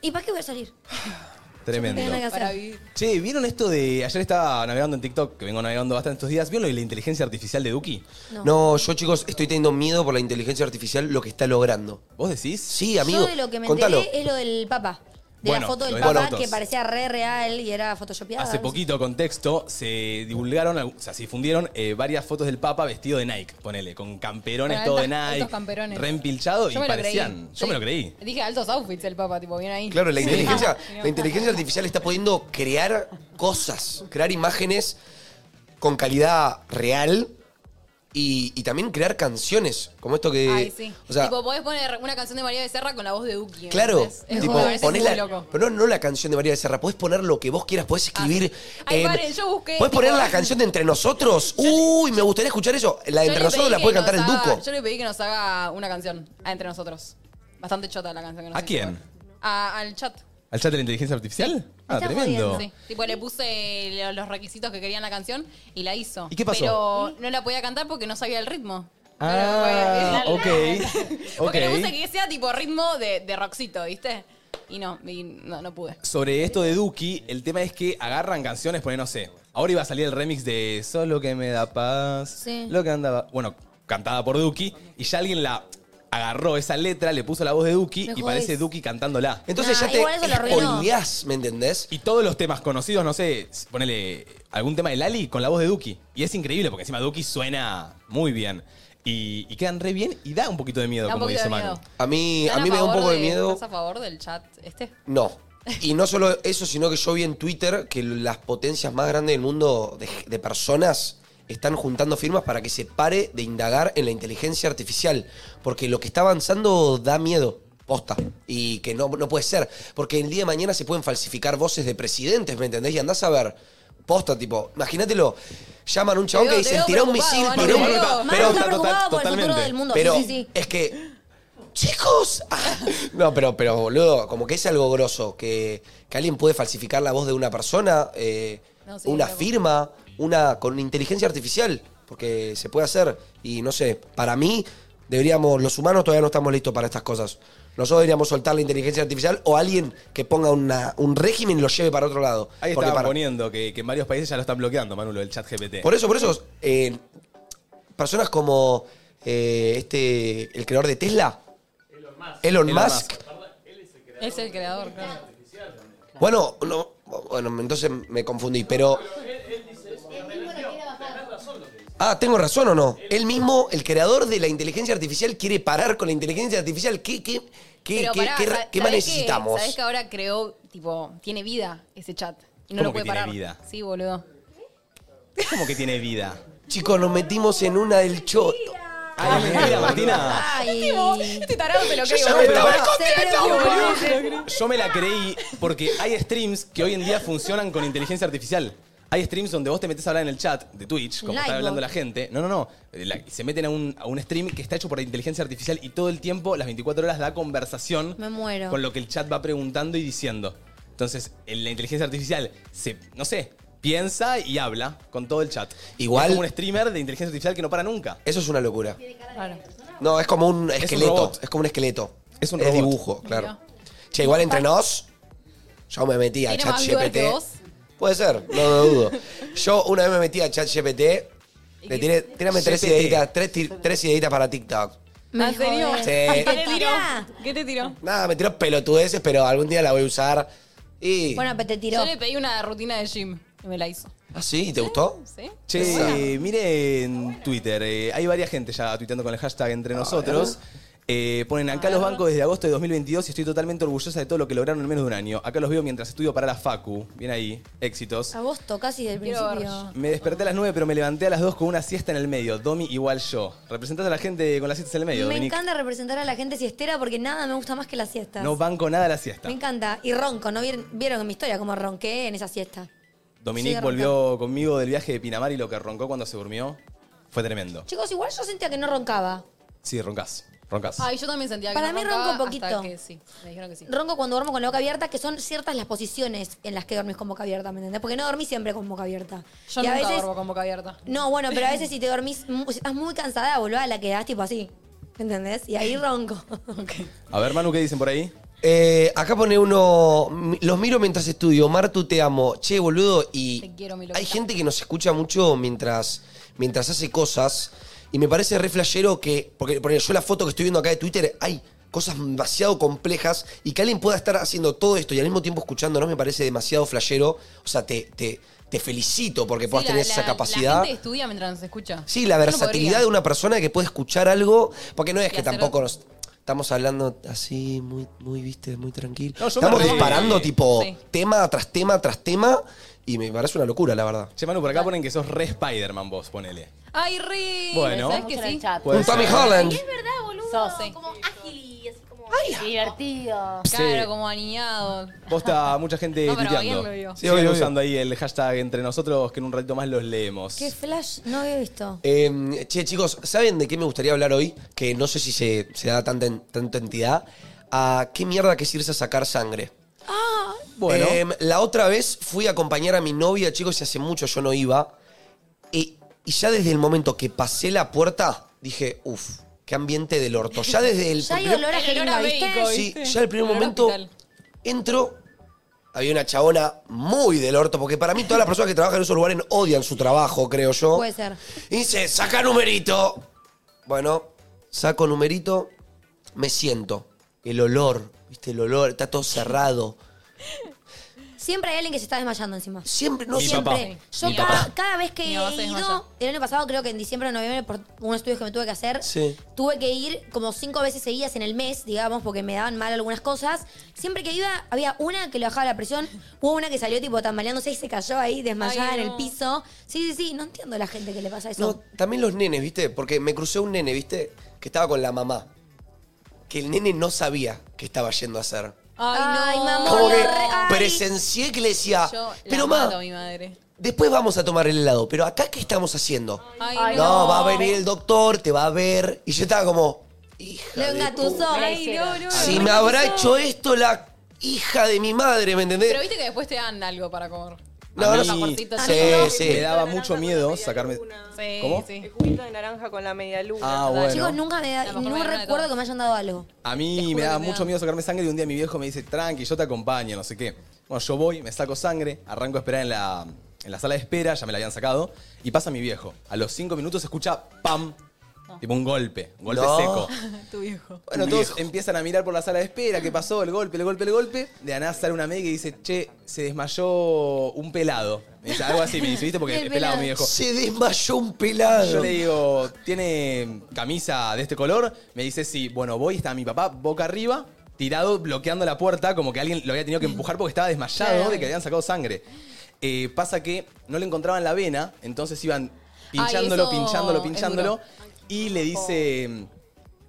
¿Y para qué voy a salir? No Tremendo. tenía nada que para hacer. vivir. Che, ¿vieron esto de. Ayer estaba navegando en TikTok, que vengo navegando bastante estos días. ¿Vieron lo de la inteligencia artificial de Duki? No. No, yo chicos, estoy teniendo miedo por la inteligencia artificial, lo que está logrando. ¿Vos decís? Sí, amigo. Yo de lo que me contalo. enteré es lo del papá. de Bueno, la foto lo del de papá autos. que parecía re real y era photoshopeada. Hace no sé. poquito, contexto, se divulgaron, o sea, se difundieron eh, varias fotos del Papa vestido de Nike, ponele, con camperones Con todo de altas- Nike, altos camperones. reempilchado y Yo me lo parecían. creí. Yo me lo creí. Dije altos outfits el papá, tipo, bien ahí. Claro, la Sí. inteligencia, Ah, la inteligencia artificial está pudiendo crear cosas, crear imágenes con calidad real y, y también crear canciones, como esto que... Ay, sí. O sea, tipo, podés poner una canción de María Becerra con la voz de Duki. claro, ¿entendés? Es tipo, como- me parece ponés muy la- loco. Ah, pero no, no la canción de María Becerra, podés poner lo que vos quieras, podés escribir... Ay, em, paren, yo busqué, podés poner tipo- la canción de Entre Nosotros. Uy, me gustaría escuchar eso. La de Yo Entre le pedí Nosotros la que puede nos cantar el haga- Duco. Yo le pedí que nos haga una canción a entre nosotros. Bastante chota la canción que nos ¿A hizo. quién? A- al chat. ¿Al chat de la inteligencia artificial? Ah, Está tremendo. Oh. jodiendo. Sí. Tipo, le puse lo- los requisitos que querían la canción y la hizo. ¿Y qué pasó? Pero no la podía cantar porque no sabía el ritmo. Ah, Pero eh, ok. ok. Porque le puse que sea tipo ritmo de, de rockcito, ¿viste? Y no, y no, no pude. Sobre esto de Duki, el tema es que agarran canciones, porque no sé. Ahora iba a salir el remix de Solo que me da paz. Sí. Lo que andaba. Bueno, cantada por Duki. Y ya alguien la agarró esa letra, le puso la voz de Duki Me y parece jodés. Duki cantándola. Entonces Ah, Nah, igual eso lo ya te arruinó. spoileás, ¿me entendés? Y todos los temas conocidos, no sé, ponele algún tema de Lali con la voz de Duki. Y es increíble porque encima Duki suena muy bien. Y, y quedan re bien y da un poquito de miedo, Da un como poquito dice de Manu. miedo. A mí, a ¿Están mí me da un favor poco de miedo. ¿Estás a favor del chat este? No. Y no solo eso, sino que yo vi en Twitter que las potencias más grandes del mundo de, de personas están juntando firmas para que se pare de indagar en la inteligencia artificial. Porque lo que está avanzando da miedo. Posta. Y que no, no puede ser. Porque el día de mañana se pueden falsificar voces de presidentes, ¿me entendés? Y andás a ver. Posta, tipo, imagínatelo. Llaman a un chabón veo- que te dicen, veo tirá un preocupado, misil, Vane, tirá un... te veo. Pero, Manu Pero- está total- preocupado por el futuro totalmente. del mundo. pero sí, sí, sí. es que. ¡Chicos! Ah, no, pero, pero, boludo, como que es algo grosso. Que, que alguien puede falsificar la voz de una persona, eh, No, sí, una loco. firma, una con inteligencia artificial. Porque se puede hacer. Y no sé, para mí, deberíamos. Los humanos todavía no estamos listos para estas cosas. Nosotros deberíamos soltar la inteligencia artificial o alguien que ponga una- un régimen y lo lleve para otro lado. Ahí Porque estaban para- poniendo que, que en varios países ya lo están bloqueando, Manu, lo del chat GPT. por eso, por eso, eh, personas como eh, este, el creador de Tesla, Elon Musk. Elon Es el creador, claro. Bueno, no, bueno, entonces me confundí, pero. Ah, tengo razón o no. Él mismo, el creador de la inteligencia artificial, quiere parar con la inteligencia artificial. ¿Qué, qué, qué, Pero qué- pará, qué- sa- qué más ¿sabés que- necesitamos? ¿Sabés que ahora creó, tipo, tiene vida ese chat? Y no ¿Cómo lo que puede tiene parar. vida? Sí, boludo. ¿Cómo que tiene vida? Chicos, nos metimos en una del choto. Ay, mentira, Martina. Ay. Este tarado se lo Yo creo. ya me boludo. estaba Yo me la creí porque hay streams que hoy en día funcionan con inteligencia artificial. Hay streams donde vos te metes a hablar en el chat de Twitch, como está Livebot. hablando la gente. No, no, no. La- se meten a un, a un stream que está hecho por inteligencia artificial y todo el tiempo, las 24 horas, da conversación Me muero. con lo que el chat va preguntando y diciendo. Entonces, en la inteligencia artificial se, no sé, piensa y habla con todo el chat. Igual- Es como un streamer de inteligencia artificial que no para nunca. Eso es una locura. Claro. No, es como un esqueleto. robot. Es, como un esqueleto. Es un Es robot. dibujo, claro. Mira. Che, igual entre nos, yo me metí a ¿Tiene más dudas ChatGPT. que vos? Puede ser, no lo dudo. Yo una vez me metí a ChatGPT, le tiré, tírame tres GPT. ideitas, tres, ti- tres ideitas para TikTok. Me ¿En serio? jodés. Sí. ¿Qué Ay, te tiró? pará. ¿Qué te tiró? Nada, me tiró pelotudeces, pero algún día la voy a usar. Y... Bueno, pero te tiró. Yo le pedí una rutina de gym y me la hizo. ¿Ah, sí? ¿Te gustó? ¿Sí? Che, mire en Twitter, eh, hay varias gente ya tuiteando con el hashtag entre nosotros. Eh, ponen acá los bancos desde agosto de 2022 y estoy totalmente orgullosa de todo lo que lograron en menos de un año. Acá los veo mientras estudio para la Facu. Bien ahí, éxitos. Agosto, casi del Quiero ver. principio. Me desperté a las 9, pero me levanté a las 2 con una siesta en el medio. Domi igual yo. Representás a la gente con las siestas en el medio, Me Dominic. encanta representar a la gente siestera porque nada me gusta más que las siestas. No banco nada la siesta. Me encanta. Y ronco, ¿no? Vieron, vieron en mi historia cómo ronqué en esa siesta. Dominic Sí, arranca. volvió conmigo del viaje de Pinamar y lo que roncó cuando se durmió fue tremendo. Chicos, igual yo sentía que no roncaba. Sí, roncás, roncás. Ay, yo también sentía que Para no mí roncaba ronco un hasta poquito. que sí, me dijeron que sí. Ronco cuando duermo con la boca abierta, que son ciertas las posiciones en las que dormís con boca abierta, ¿me entendés? Porque no dormí siempre con boca abierta. Yo Y nunca a veces, duermo con boca abierta. No, bueno, pero a veces si te dormís, mu- si estás muy cansada, boluda, la quedás tipo así. ¿me ¿Entendés? Y ahí ronco. A ver, Manu, ¿qué dicen por ahí? Eh, acá pone uno, "Mi- los miro mientras estudio, Martu te amo. Che, boludo, y Te quiero, mi loquita. hay gente que nos escucha mucho mientras, mientras hace cosas y me parece re flashero que, porque por ejemplo, yo la foto que estoy viendo acá de Twitter, hay cosas demasiado complejas y que alguien pueda estar haciendo todo esto y al mismo tiempo escuchándonos me parece demasiado flashero. O sea, te, te, te felicito porque puedas Sí, tener la- esa la- capacidad. La gente estudia mientras nos escucha. Sí, la Yo no versatilidad podría. de una persona que puede escuchar algo, porque no es Y que hacer tampoco otro. nos estamos hablando así, muy, muy viste, muy tranquilo. No, yo me estamos re- disparando tipo Sí. tema tras tema tras tema y me parece una locura, la verdad. Che, Manu, por acá ponen que sos re Spider-Man vos, ponele. Ay, re. Bueno. ¿Sabes que sí? Puede Un Tommy ser. Holland. Es verdad, boludo. Sos, sí. Como ágil y así como. Divertido. Claro, como aniñado. Posta, mucha gente No, pero tuiteando. bien lo vio. Sigan obvio, obvio. usando ahí el hashtag entre nosotros que en un ratito más los leemos. Qué flash, no había visto. Eh, che, chicos, ¿saben de qué me gustaría hablar hoy? Que no sé si se, se da tanta, en- tanta entidad. ¿A qué mierda que es irse a sacar sangre? Bueno, Em, la otra vez fui a acompañar a mi novia, chicos, y hace mucho yo no iba. Y, y ya desde el momento que pasé la puerta, dije, uff, qué ambiente del orto. Ya desde Eh, el. Ya hay primer- olor a El olor jeringa, a ¿viste? bacon. Sí, ¿viste? ya el primer Olor a momento hospital. entro. Había una chabona muy del orto, porque para mí todas las personas que trabajan en esos lugares odian su trabajo, creo yo. Puede ser. Y dice, saca numerito. Bueno, saco numerito, me siento. El olor, viste, el olor, está todo cerrado. Siempre hay alguien que se está desmayando encima. Siempre, no Mi siempre. papá. Siempre. Yo Mi cada, papá. cada vez que Mi papá se he desmaya. ido, el año pasado creo que en diciembre o noviembre, por unos estudios que me tuve que hacer, Sí. tuve que ir como cinco veces seguidas en el mes, digamos, porque me daban mal algunas cosas. Siempre que iba, había una que le bajaba la presión, hubo una que salió tipo tambaleándose y se cayó ahí desmayada Ay, en el no. piso. Sí, sí, sí, no entiendo la gente que le pasa eso. No, también los nenes, ¿viste? Porque me crucé un nene, ¿viste? Que estaba con la mamá. Que el nene no sabía que estaba yendo a hacer. Ay, Ay, no. Ah, mamá. Como que Ay. presencié que le decía, Yo la pero ma, mato a mi madre. después vamos a tomar el helado, pero acá qué estamos haciendo? Ay, Ay, no, no. va a venir el doctor, te va a ver. Y yo estaba como, hija Lo de engatusó. Ay, no, no. Si no, me no, habrá no. hecho esto la hija de mi madre, ¿me entendés? Pero viste que después te dan algo para comer. No, no, A mí- sí, Pacortito, sí, chico. me sí. daba mucho miedo sacarme. Sí, ¿Cómo? sí. El juguito de naranja con la media luna. Ah, bueno. Chicos, nunca me da, La mejor no manera de recuerdo todo. que me hayan dado algo. A Te mí juro me que daba me mucho da. miedo sacarme sangre y un día mi viejo me dice, tranqui, yo te acompaño, no sé qué. Bueno, yo voy, me saco sangre, arranco a esperar en la, en la sala de espera, ya me la habían sacado, y pasa mi viejo. A los cinco minutos se escucha ¡pam! Ah. Tipo un golpe, un golpe No. seco. Tu viejo. Bueno, Un todos viejo. empiezan a mirar por la sala de espera, qué pasó, el golpe, el golpe, el golpe. De la nada sale una médica y dice, che, se desmayó un pelado. Me dice, algo así, me dice, ¿viste? Porque El es pelado mi viejo. Se desmayó un pelado. Yo le digo, ¿tiene camisa de este color? Me dice, sí. Bueno, voy, está mi papá boca arriba, tirado, bloqueando la puerta, como que alguien lo había tenido que empujar porque estaba desmayado de que le habían sacado sangre. Eh, pasa que no le encontraban la vena, entonces iban pinchándolo, eso pinchándolo, es pinchándolo. duro. Y le dice,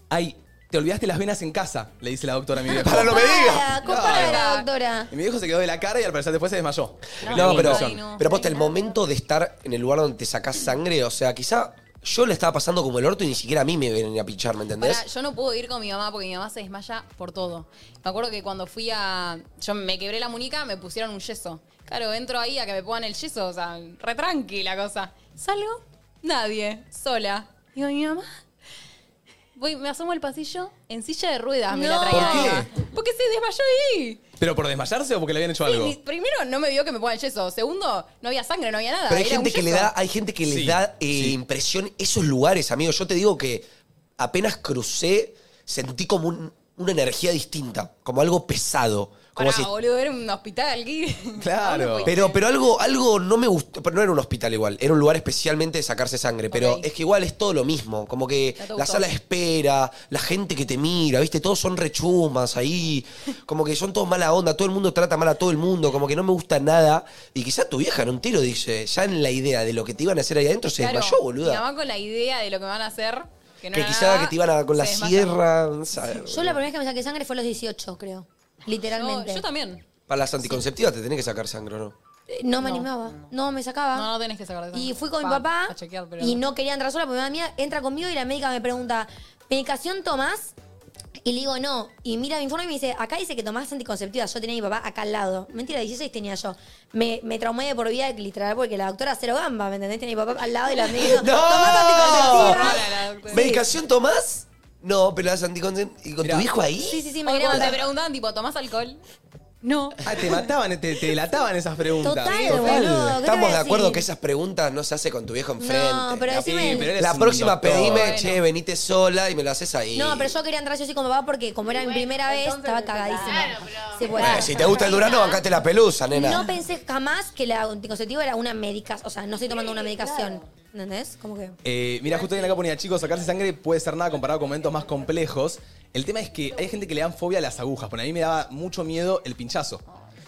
ay, te olvidaste las venas en casa, le dice la doctora a mi viejo. Para lo que diga. Para, compara, Claro. doctora. Y mi viejo se quedó de la cara y al parecer después se desmayó. No, pero, Ay, no. pero posta, el momento de estar en el lugar donde te sacás sangre, o sea, quizá yo le estaba pasando como el orto y ni siquiera a mí me venía a pinchar, ¿me entendés? Pará, yo no puedo ir con mi mamá porque mi mamá se desmaya por todo. Me acuerdo que cuando fui a. Yo me quebré la muñeca, me pusieron un yeso. Claro, entro ahí a que me pongan el yeso, o sea, re tranqui la cosa. Salgo, nadie, sola. Digo, mi mamá. Voy, me asomo al pasillo en silla de ruedas, me la No. traía. ¿Por mi qué? mamá. Porque se desmayó ahí. ¿Pero por desmayarse o porque le habían hecho algo? Y primero, no me vio que me pongan el yeso. Segundo, no había sangre, no había nada. Pero hay Era un gente que le yeso. da, hay gente que les Sí, da eh, sí. impresión esos lugares, amigo. Yo te digo que apenas crucé, sentí como un- una energía distinta, como algo pesado. Como Pará, si- boludo, era un hospital. ¿qué? Claro. ¿A dónde fuiste? Pero, pero algo, algo no me gustó. Pero no era un hospital igual, era un lugar especialmente de sacarse sangre. Pero Ok. es que igual es todo lo mismo. Como que Ya te la gustó. sala de espera, la gente que te mira, viste, todos son rechumas ahí. Como que son todos mala onda, todo el mundo trata mal a todo el mundo, como que no me gusta nada. Y quizá tu vieja en un tiro dice, ya en la idea de lo que te iban a hacer ahí adentro se Claro, desmayó, Mi boluda. mamá con la idea de lo que me van a hacer. Que, no que era quizá nada, que te iban a con la se desmaya. sierra, no sabe, Yo la primera vez que me saqué sangre fue a los 18, creo. No, Literalmente. yo también. Para las anticonceptivas te tenés que sacar sangre, ¿o ¿no? Eh, No me No. animaba. No, me sacaba. No, no tenés que sacar de Y sangre. fui con mi Pa- papá a chequear, pero y no quería entrar sola porque mi mamá mía entra conmigo y la médica me pregunta, ¿medicación tomás? Y le digo no. Y mira mi informe y me dice, acá dice que tomás anticonceptivas. Yo tenía a mi papá acá al lado. Mentira, 16 tenía yo. Me, me traumé de por vida, literal, porque la doctora cero gamba, ¿me entendés? Tenía a mi papá al lado y la médica ¡No! tomás Hola, anticonceptivas. la doctora. ¿Medicación tomás? No, pero las anticonceptivas. ¿Y con Mirá. tu hijo ahí? Sí, sí, sí, me O quería cuando te matar. preguntaban, tipo, ¿tomás alcohol? No. Ah, te mataban, te, te delataban esas preguntas. Total, Sí, total. boludo, ¿qué te voy Estamos a de acuerdo decir? que esas preguntas no se hace con tu viejo enfrente. No, pero La- decime- pero eres La un próxima doctor. pedime, Bueno. che, venite sola y me lo haces ahí. No, pero yo quería entrar yo sí con papá porque como era mi primera vez, estaba cagadísima. Claro, pero. Sí, Bueno, bueno. si te gusta el Durano, bancate la pelusa, nena. No pensé jamás que la anticonceptiva era una medicación. O sea, no estoy tomando una medicación. ¿Entendés? Como que. Eh, mira, justo alguien acá ponía, chicos, sacarse sangre puede ser nada comparado con momentos más complejos. El tema es que hay gente que le dan fobia a las agujas. Por a mí me daba mucho miedo el pinchazo.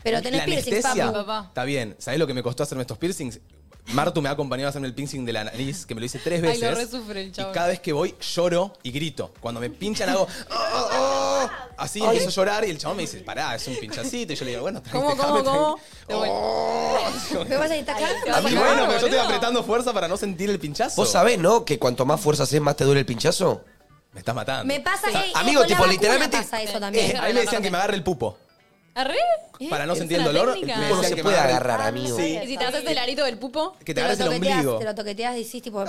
Pero tenés la piercing, anestesia, papu. Papá. Está bien. ¿Sabés lo que me costó hacerme estos piercings? Martu me ha acompañado a hacerme el piercing de la nariz, que me lo hice tres Ay, veces. lo resufre el chabón. Y cada vez que voy, lloro y grito. Cuando me pinchan, hago. "Ah, ah, ah". Así empiezo a llorar y el chabón me dice, pará, es un pinchacito. Y yo le digo, bueno, ¿Cómo, tranqui, cómo, dejame cómo? tranqui". De vuelta. Oh. ¿Me vas a destacar? A mí, bueno, pero yo estoy boludo. apretando fuerza para no sentir el pinchazo. Vos sabés, ¿no? Que cuanto más fuerza haces, más te duele el pinchazo. Me estás matando. Me pasa. sea, eh, eh, amigo, con la tipo, vacuna literalmente- pasa eso Eh, también. a mí me decían que me agarre el pupo. ¿Arre? Eh, Para no ¿es sentir el una dolor, técnica? me Uno decían se que puede me hagan- agarrar, amigo. Sí. ¿Y si te haces el arito del pupo? Que te Te lo agarres el toqueteas, ombligo. te lo toqueteas y decís tipo.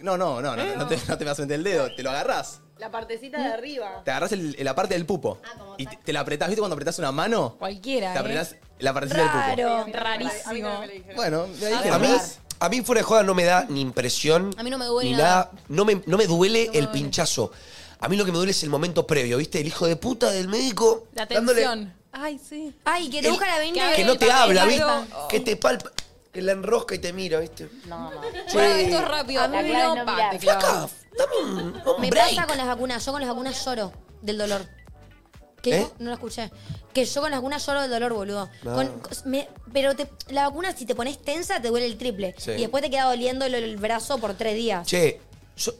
No, no, no, no, no te, no te vas a meter el dedo, te lo agarrás. La partecita de arriba. Te agarrás el- la parte del pupo. y te, te la apretás, ¿viste cuando apretás una mano? Cualquiera. ¿eh? Te apretás la partecita del Raro. A mí Rarísimo. no me la dijeron. pupo. Bueno, de ahí A que A mí, no. a mí fuera de joda no me da ni impresión. A mí no me duele ni nada. No me, no me duele el pinchazo. A mí lo que me duele es el momento previo, ¿viste? El hijo de puta del médico. La dándole- tensión. Ay, sí. Ay, que te El- busca la venda. que que no el te papel habla, ¿viste? algo. Que te palpa, que la enrosca y te mira, ¿viste? No, no. Bueno, esto es rápido. A mí La me clave no no pa, mirar. te clavas. Ah, dame un, un Me break. pasa con las vacunas. Yo con las vacunas lloro del dolor. ¿Qué? ¿Eh? No lo escuché. Que yo con las vacunas lloro del dolor, boludo. Con- cos- me- pero te- la vacuna, si te pones tensa, te duele el triple. Sí. Y después te queda doliendo el, el brazo por tres días. Che, yo-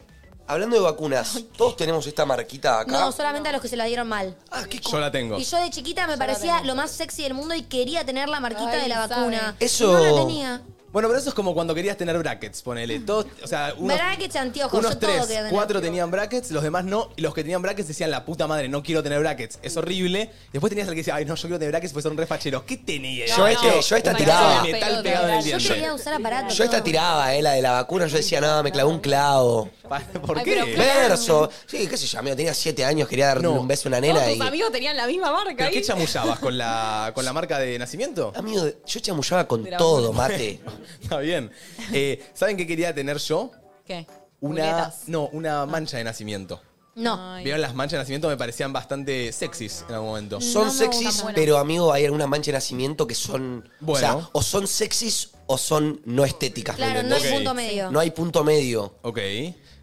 hablando de vacunas, todos tenemos esta marquita acá. No, solamente a los que se la dieron mal. Ah, qué co- Yo la tengo. Y yo de chiquita me parecía lo más sexy del mundo y quería tener la marquita Ay, de la sabe. vacuna. Eso- No la tenía. Bueno, pero eso es como cuando querías tener brackets, ponele. Todos, o sea, unos, Brackets, anteojos, unos yo todo tres, quería tener. cuatro tenían brackets, los demás no. Y los que tenían brackets decían, la puta madre, no quiero tener brackets. Es horrible. Después tenías al que decía, ay, no, yo quiero tener brackets porque son re facheros. ¿Qué tenías? Yo este- yo esta Un tiraba. pedazo de metal Pelota. pegado en el Yo diente. quería usar aparato. Yo esta todo. tiraba, eh, la de la vacuna, yo decía, no, me clavó un clavo. ¿Por Ay, qué? pero Pero, claro. Verso. Sí, qué sé yo, amigo, tenía siete años, quería darle No. un beso a una Todos nena tus y... amigos tenían la misma marca ahí. qué chamullabas? ¿Con la, ¿Con la marca de nacimiento? Amigo, yo chamullaba con De la todo, mate. Está bien. Eh, ¿Saben qué quería tener yo? ¿Qué? Una, Muletas. no, una mancha de nacimiento. No. Ay. ¿Vieron las manchas de nacimiento? Me parecían bastante sexys en algún momento. Son No me sexys, gustan, bueno. pero amigo, hay algunas manchas de nacimiento que son... O sea, Bueno. o son sexys o son no estéticas, ¿me Claro, no entendés? hay Ok. punto medio. No hay punto medio. Ok.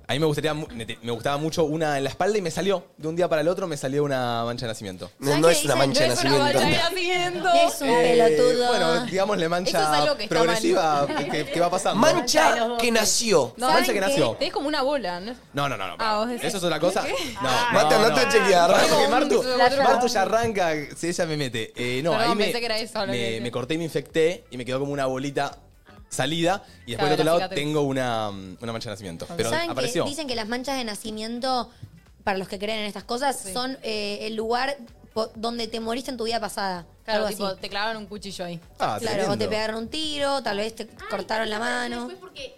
A mí me, gustaría, mu- me te- me gustaba mucho una en la espalda y me salió. De un día para el otro me salió una mancha de nacimiento. No, ¿Sabes no qué es una dicen? mancha de Es una nacimiento. batalla haciendo. Es un Eh, pelotudo. Eh, bueno, digámosle Eso es mancha algo que está progresiva que, que va pasando. Mancha que nació. No, mancha que ¿saben nació. Es como una bola, ¿no? No, no, no. no Ah, pará. vos decís. Ah, ¿Eso es otra cosa? No, Mate, andate a chequear. Pará, Tengo porque un- Martu, la- Martu ya arranca, si ella me mete. Eh, no, Perdón, ahí me, pensé que era eso lo que me, decía. me corté y me infecté y me quedó como una bolita salida. Y después Claro, del otro la lado cicatriz. tengo una, mm, una mancha de nacimiento. Pero ¿Saben apareció. que dicen que las manchas de nacimiento, para los que creen en estas cosas, son eh, el lugar po- donde te moriste en tu vida pasada? Claro, algo tipo, así. te clavaron un cuchillo ahí. Ah, claro, o te tremendo. pegaron un tiro, tal vez te cortaron la mano. Fue porque,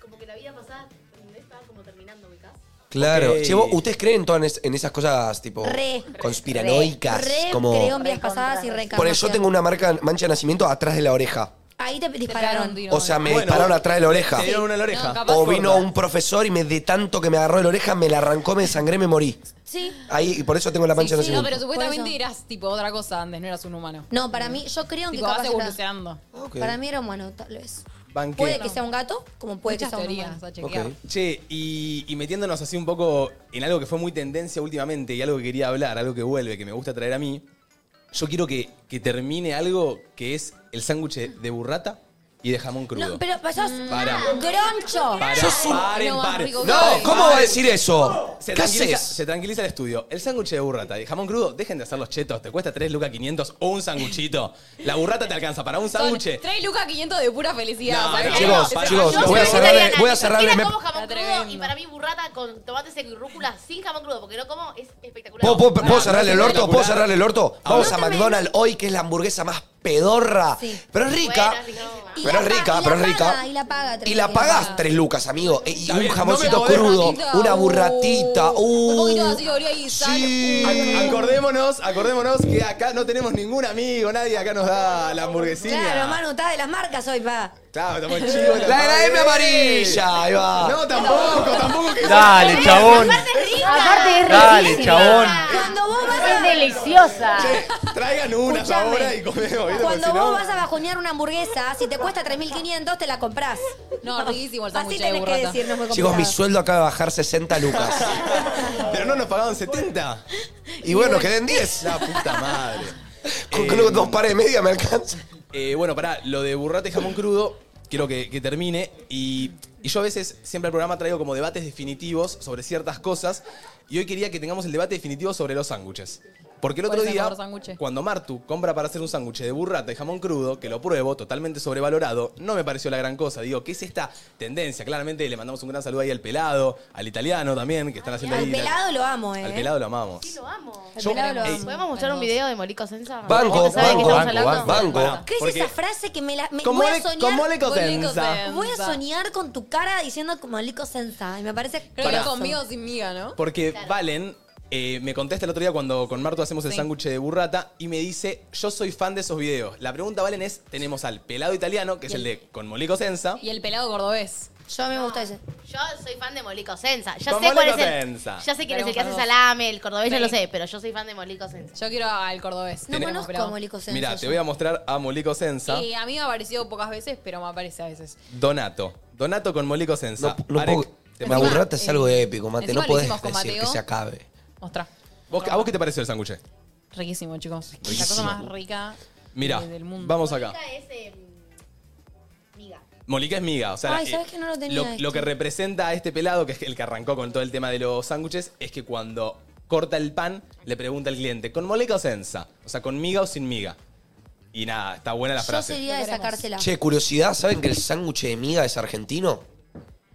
como que la vida pasada mm, estaba como terminando, ¿ubicás? Claro. Ok. Che, vos, ¿ustedes creen en todas es- en esas cosas tipo Re. conspiranoicas? Re como creo en vidas pasadas y Por eso reencarnación. yo tengo una marca mancha de nacimiento atrás de la oreja. Ahí te Te pegaron un dispararon. tiro. O sea, me Bueno. dispararon atrás de la oreja. Te dieron una en la oreja. No, capaz- O vino corta. un profesor y me de tanto que me agarró de la oreja, me la arrancó, me desangré, me morí. Sí. Ahí, y por eso tengo la mancha Sí, de sí, no, pero nacimiento. supuestamente eso. eras tipo otra cosa antes, no eras un humano. No, para mí, yo creo en que Tipo, vas capaz era- evolucionando. Ah, Ok. Para mí era humano, tal vez. Banqué. Puede que sea un gato, como puede Muchas Pues que sea un teorías humano. a chequear. Ok. Che, y, y metiéndonos así un poco en algo que fue muy tendencia últimamente y algo que quería hablar, algo que vuelve, que me gusta traer a mí, yo quiero que, que termine algo que es el sándwich de- de burrata y de jamón crudo. No, pero pues, sos Para. groncho. Pará, Sos un- paren, No, más paren. rico que No, Ay, ¿cómo va a decir eso? Se ¿Qué tranquiliza, haces? se tranquiliza el estudio. El sándwich de burrata y jamón crudo, dejen de hacer los chetos. Te cuesta 3 lucas 500 o un sanguchito. La burrata te alcanza para un Son sándwich. 3 lucas 500 de pura felicidad. No, O Eh, sea, no, que Chicos, no, chicos, yo lo voy a soy cerrar el- vegetariana, voy a cerrar el ni siquiera mem- como jamón Está crudo y tremendo. para mí burrata con tomate seco y rúcula sin jamón crudo, porque no como es espectacular. ¿Puedo, puedo- puedo Pará. cerrarle el orto? ¿Puedo cerrarle el orto? Vamos No a te me- McDonald's hoy, que es la hamburguesa más pedorra, Sí. pero rica. Buena, riquísima. Pero es rica, pero es rica. Y la paga. Y la pagás tres lucas, amigo. E- Y Está un bien, jamoncito no me la podés crudo, ratita. una burratita. Un poquito Uh, así que abría y sal. Ac- Acordémonos, acordémonos que acá no tenemos ningún amigo, nadie acá nos da la hamburguesina. Claro, Manu, está de las marcas hoy, pa. Claro, estamos chivos. la de la M amarilla, ahí va. No, tampoco, tampoco que Dale, chabón. Aparte es Dale, chabón. Cuando vos vas Es a, deliciosa. traigan unas Escuchame. ahora y comemos, ¿viste? Porque cuando si no- vos vas a bajonear una hamburguesa, si te cuesta 3.500, te la comprás. Uh, No, riquísimo el Así sándwich de tenés que burrata. decir, no es muy Chicos, mi complicado. sueldo acaba de bajar 60 lucas. Pero no nos pagaban 70. Y bueno, queden 10. La puta madre. Con, Eh, con dos pares de media me alcanza. Eh, bueno, pará, lo de burrate y jamón crudo, quiero que, que termine. Y, y yo a veces siempre al programa traigo como debates definitivos sobre ciertas cosas. Y hoy quería que tengamos el debate definitivo sobre los sándwiches. Porque el ¿Cuál otro es el día, mejor sándwich? cuando Martu compra para hacer un sándwich de burrata y jamón crudo, que lo pruebo, totalmente sobrevalorado, no me pareció la gran cosa. Digo, ¿qué es esta tendencia? Claramente le mandamos un gran saludo ahí al pelado, al italiano también, que están haciendo Al ahí- pelado lo amo, eh. Al pelado lo amamos. Sí, lo amo. Al Yo- pelado lo Ey. amo. ¿Podemos mostrar un video de Molico Sensa? Banco, ¿Usted sabe de qué banco, estamos banco, hablando? banco, banco. ¿Qué es Porque- esa frase que me la... Me, Como voy a le- soñar... como le con cosenza. le- Voy a soñar con tu cara diciendo como Lico Sensa. Y me parece... Creo que Pará. conmigo sin miga, ¿no? Porque Valen eh, me contesta el otro día cuando con Martu hacemos el Sí. sándwich de burrata y me dice, yo soy fan de esos videos. La pregunta, Valen, es, tenemos al pelado italiano, que es el de con Molico Senza. Y el pelado cordobés. Yo a mí me gusta ese. Ah. Yo soy fan de Molico Sensa. Ya Con sé cuál es Molico el. Senza. Ya sé quién es el que hace Veremos salame, el cordobés, ya Sí. lo sé, pero yo soy fan de Molico Sensa. Yo quiero al cordobés. No Tenemos, conozco pero- a Molico Sensa. Mira, te yo. voy a mostrar a Molico Senza. Y a mí me ha aparecido pocas veces, pero me aparece a veces. Donato. Donato con Molico Senza. No, no Arek, puedo- te la mando- burrata es algo épico, mate. encima No lo podés hicimos con decir que Mateo. se acabe. Mostrá. ¿Vos- ¿A vos qué te pareció el sándwich? Riquísimo, chicos. La Riquísimo. cosa más rica Mira, eh, del mundo. vamos acá. es. eh, miga. Molica es miga, o sea, eh, Ay, ¿sabes que no lo tenía lo, este? lo que representa a este pelado, que es el que arrancó con todo el tema de los sándwiches, es que cuando corta el pan, le pregunta al cliente, ¿con molica o senza? O sea, ¿con miga o sin miga? Y nada, está buena la Yo frase. sería de sacársela. Che, curiosidad, ¿saben que el sándwich de miga es argentino?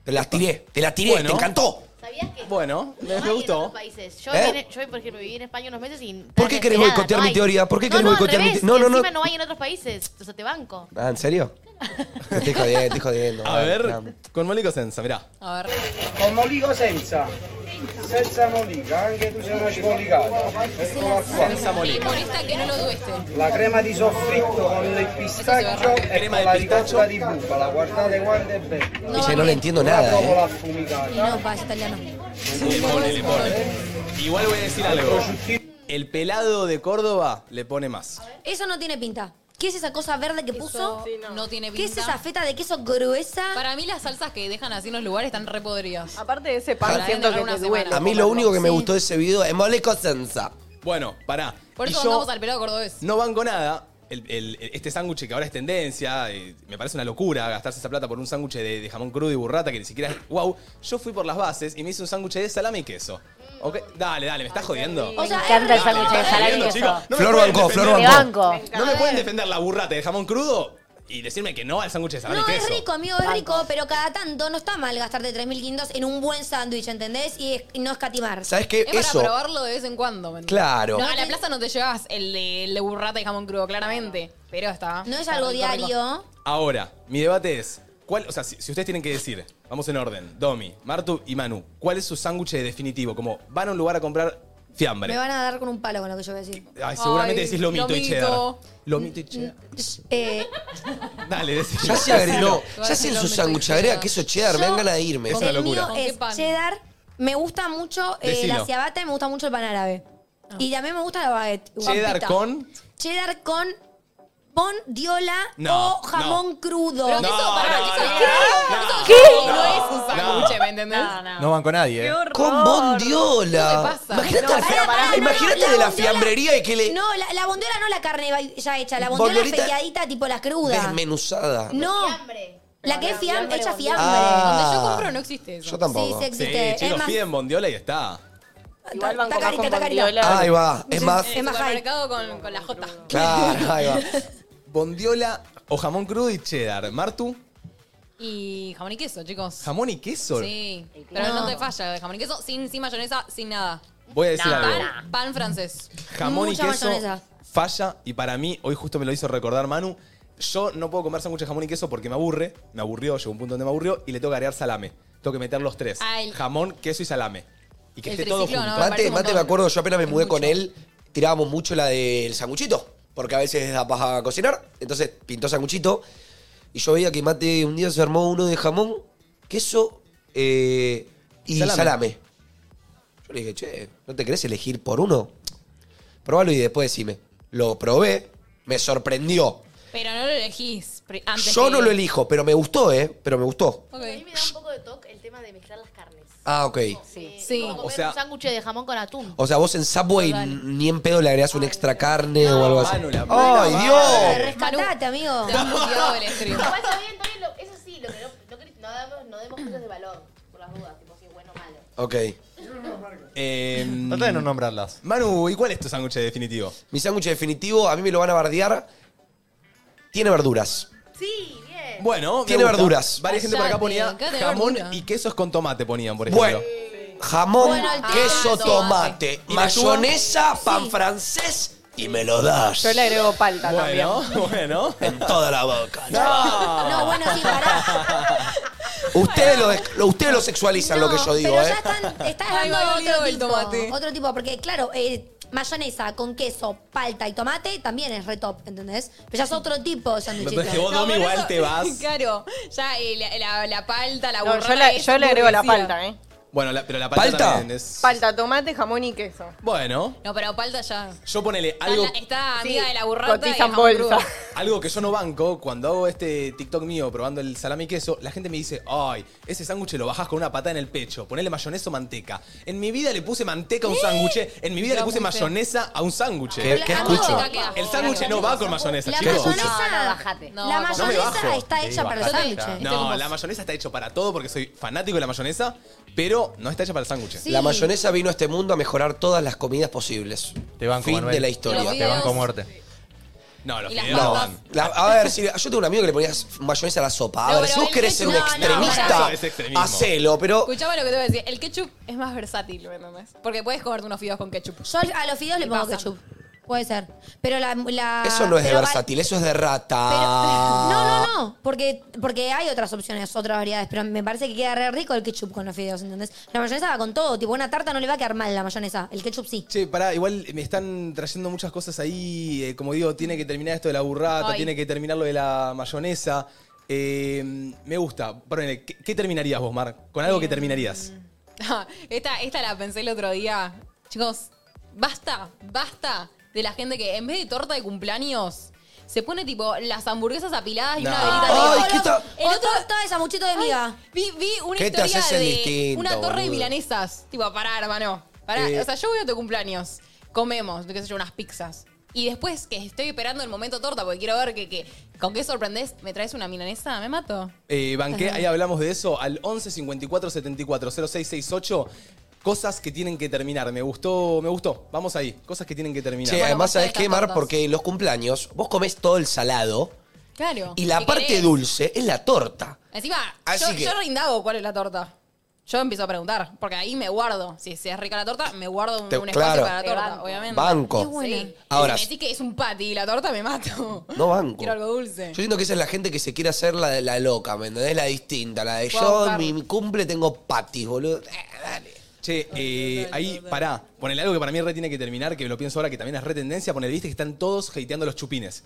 Te las tiré, te la tiré, Bueno. te encantó. ¿Sabías que.? Bueno, me, no me hay en gustó. otros países? Yo, ¿Eh? vine- yo, por ejemplo, viví en España unos meses y. ¿Por qué querés desesperada, boicotear no mi hay. teoría? ¿Por qué querés no, no, boicotear mi teoría? te- no, No, no, no, no. Encima no hay en otros países. O sea, te banco. Ah, ¿en serio? Te estoy jodiendo, te estoy jodiendo. A man, ver, man. con molica o senza, mirá. A ver. Con Molico senza. Senza Molica, anche tu sei una scolicata. Eccola qua. Senza Me molica. molesta que no lo dueste. La crema di soffritto con il pistacchio e Crema con di la pistacchio. ricotta di bufala. Guardate quanto è bella. No, Che, no amigo. le entiendo Una nada, provola eh. Y affumicata. no, pa, es italiano. Le pone, le pone. Igual voy a decir algo. El pelado de Córdoba le pone más. Eso no tiene pinta. ¿Qué es esa cosa verde que puso? Eso no tiene pinta. ¿Qué es esa feta de queso gruesa? Para mí las salsas que dejan así en los lugares están re podridas. Aparte de ese Para pan, siento dentro que de te una duele. semana. A mí lo único que me Sí. gustó de ese video es Moleco Senza. Bueno, pará. Por Y eso yo- vamos al pelado cordobés. No banco nada. El- el- este sándwich que ahora es tendencia, eh, me parece una locura gastarse esa plata por un sándwich de, de jamón crudo y burrata que ni siquiera es. ¡Wow! Yo fui por las bases y me hice un sándwich de salame y queso. Ok, Dale, dale, me estás jodiendo. O sea, Me encanta el es- sándwich de salami Jodiendo, y queso. chicos. No me Flor pueden bancó, defender- Flor Te bancó. banco. No me pueden defender la burrata de jamón crudo y decirme que no al sándwich de salame No, y queso. es rico, amigo, es rico, pero cada tanto no está mal gastarte 3.500 en un buen sándwich, ¿entendés? Y, es- y no escatimar. ¿Sabes qué? Es Eso. para probarlo de vez en cuando. ¿me entendés? Claro. No, a la plaza no te llevas el de, el de burrata y jamón crudo, claramente. Pero está. No es está algo rico, rico. diario. Ahora, mi debate es. ¿Cuál, o sea, si, si ustedes tienen que decir, vamos en orden, Domi, Martu y Manu, ¿cuál es su sándwich de definitivo? Como van a un lugar a comprar fiambre. Me van a dar con un palo con lo que yo voy a decir. Ay, seguramente Ay, decís lomito, y lomito. cheddar. Lomito y cheddar. Eh, Dale, decís. Ya se agregó. no, Vas ya a se en decir, su no, sándwich me agrega estoy queso cheddar, me dan ganas de irme. Es una el locura. mío ¿Con qué es pan? cheddar. Me gusta mucho eh, Decilo. la ciabatta y me gusta mucho el pan árabe. Y también me gusta la baguette. Cheddar guampita. con- Cheddar con bondiola No, o jamón no. crudo. Pero No, queso, pará, no, queso no, no, ¿Qué? ¿Qué? No, es un sándwich, ¿me entendés? No van con nadie, eh. Con bondiola. ¿Qué te pasa? Imagínate, la No, pero pará, fia- no, imagínate La de la bondiola- fiambrería y que le. No, la, la bondiola no la carne va- ya hecha, la bondiola Bondiolita- feteadita tipo las crudas. Desmenuzada. No, Hambre. la que es fiam hecha fiambre. Ah, Donde yo compro no existe eso. Yo sí, tampoco. sí Sí, existe. es chicos, más, piden bondiola y está. Igual Está banco más carita, con está carita. bondiola. Ahí va. Es más. En Es el más high. supermercado con, con la J. Claro, ahí va. Bondiola o jamón crudo y cheddar. Martu, Y jamón y queso, chicos. jamón y queso. Sí. Pero no. te falla el jamón y queso sin, sin mayonesa, sin nada. Voy a decir No. algo. Ah. Pan, pan francés. Jamón Mucha y queso mayonesa. falla y para mí, hoy justo me lo hizo recordar Manu, Yo no puedo comerse mucho jamón y queso porque me aburre. Me aburrió, llegó un punto donde me aburrió y le tengo que agregar salame. Tengo que meter los tres. Ay. Jamón, queso y salame. Y que El esté todo triciclo, junto. ¿no? Me parece Mate, un mate, me montón. acuerdo, yo apenas me mudé con él, tirábamos mucho la del sanguchito, porque a veces da paja a cocinar, entonces pintó sanguchito, y yo veía que Mate un día se armó uno de jamón, queso eh, y Salame. salame. Yo le dije, che, ¿no te querés elegir por uno? Probalo y después decime. Lo probé, me sorprendió. Pero no lo elegís pri- antes Yo que- no lo elijo, pero me gustó, ¿eh? Pero me gustó. Ok. A mí me da un poco de toque el tema de mezclar las carnes. Ah, ok. Sí. Sí. Comer O sea- un sándwich de jamón con atún. O sea, vos en Subway Total. ni en pedo le agregás una extra carne o algo así. Manu, la- ¡Ay, Dios! Rescatate, amigo. Te has muteado el stream. Igual está bien, está bien, lo- eso sí, lo que no, no, quer- no damos, no demos cosas de valor, por las dudas, tipo si es bueno o malo. Ok. Eh, Trata de no nombrarlas. Manu, ¿y cuál es tu sándwich definitivo? Mi sándwich definitivo, a mí me lo van a bardear. Tiene verduras. Sí, bien. Bueno, me Tiene gusta. verduras. Varias gente por acá Cállate, ponía cállate, jamón verdura. y quesos con tomate ponían, por ejemplo. Bueno, jamón, Bueno, el queso, tomate. tomate, ¿Y mayonesa, pan francés y me lo das. Yo le agrego palta también. Bueno, bueno. En toda la boca. No, bueno, sí, pará. Ustedes, lo, lo- ustedes lo sexualizan No, lo que yo digo, pero ¿eh? ya están, estás Ay, dando bailó otro el tipo. tomate. Otro tipo, porque claro, eh, mayonesa con queso, palta y tomate también es re top, ¿entendés? Pero ya es otro tipo de sándwichito. Entonces vos, No, Domi, por igual eso- te vas. Claro, ya eh, la, la- la palta, la No, burrada yo, le, es yo le agrego la burguesía. palta, ¿eh? Bueno, la- pero la palta, ¿Palta? también es... Palta, tomate, jamón y queso. Bueno, No, pero palta ya. yo ponele Está, algo... la- está amiga Sí, de la burrata y cotiza en jamón bolsa. crudo. Algo que yo no banco, cuando hago este TikTok mío probando el salami y queso, la gente me dice, ay, ese sándwich lo bajás con una patada en el pecho, ponele mayonesa o manteca. En mi vida le puse manteca a un sándwich, en mi vida le puse mayonesa a un sándwich. ¿Qué- qué Amigo, escucho? la El sándwich no va con mayonesa, La chicos. mayonesa, bájate. No, la no me mayonesa bajo. está hecha Sí, para los bajate. sándwiches. No, la mayonesa está hecho para todo porque soy fanático de la mayonesa, pero no está hecha para el sándwich. Sí. La mayonesa vino a este mundo a mejorar todas las comidas posibles. Te banco, Fin Manuel. de la Los historia. videos. Te banco a muerte. No, los Y las fideos no No, papas. van. la- a ver, si, yo tengo un amigo que le ponías mayonesa a la sopa. A No, ver, pero si vos el querés ser un queso- no, no, extremista, eso es extremismo. hacelo, pero Escuchame lo que te voy a decir. El ketchup es más versátil, ¿me entendés? Porque puedes comerte unos fideos con ketchup. Yo a los fideos le Y pongo pasan. ketchup. Puede ser. Pero la. la- eso no es de pero va- versátil, eso es de rata. pero- no, no, no. Porque, porque hay otras opciones, otras variedades. Pero me parece que queda re rico el ketchup con los fideos, ¿entendés? La mayonesa va con todo. Tipo, una tarta no le va a quedar mal la mayonesa. El ketchup sí. Che, pará, igual me están trayendo muchas cosas ahí. eh, como digo, tiene que terminar esto de la burrata, Ay. tiene que terminar lo de la mayonesa. Eh, me gusta. Ponele, ¿qué, qué terminarías vos, Mar? Con algo que terminarías. esta, esta la pensé el otro día. Chicos, basta, basta de la gente que en vez de torta de cumpleaños se pone tipo las hamburguesas apiladas y No. una velita Ay, arriba. ¿qué ta- El otro está esa muchito de miga. vi, vi una ¿Qué te historia haces de el distinto, una torre de boludo? milanesas. Tipo, pará, hermano. Pará, Eh. o sea, yo voy a tu cumpleaños, comemos, qué sé yo, unas pizzas. Y después que estoy esperando el momento torta porque quiero ver que, que- con qué sorprendés, ¿me traes una milanesa? ¿Me mato? Eh, banqué, ahí hablamos de eso, al 11 54 74 0668. Cosas que tienen que terminar. Me gustó, me gustó. Vamos ahí. Cosas que tienen que terminar. Che, Bueno, además, basta de ¿sabes qué, estas Mar? tortas. Porque los cumpleaños, vos comés todo el salado Claro. y la ¿Qué parte querés? dulce es la torta. Encima, Así yo, que- yo reindago cuál es la torta. Yo empiezo a preguntar, porque ahí me guardo. Si, si es rica la torta, me guardo un, Te- un espacio claro. para la Te torta, banco. obviamente. Banco. Sí. Y Ahora- si me decís que es un patty y la torta, me mato. No banco. Quiero algo dulce. Yo siento que esa es la gente que se quiere hacer la, la loca, ¿me entendés? La distinta, la de Voy a yo, buscar. en mi, mi cumple tengo patis, boludo. Eh, dale. Che, eh, ahí, pará, ponele algo que para mí re tiene que terminar, que lo pienso ahora que también es re tendencia, ponele, viste que están todos hateando los chupines.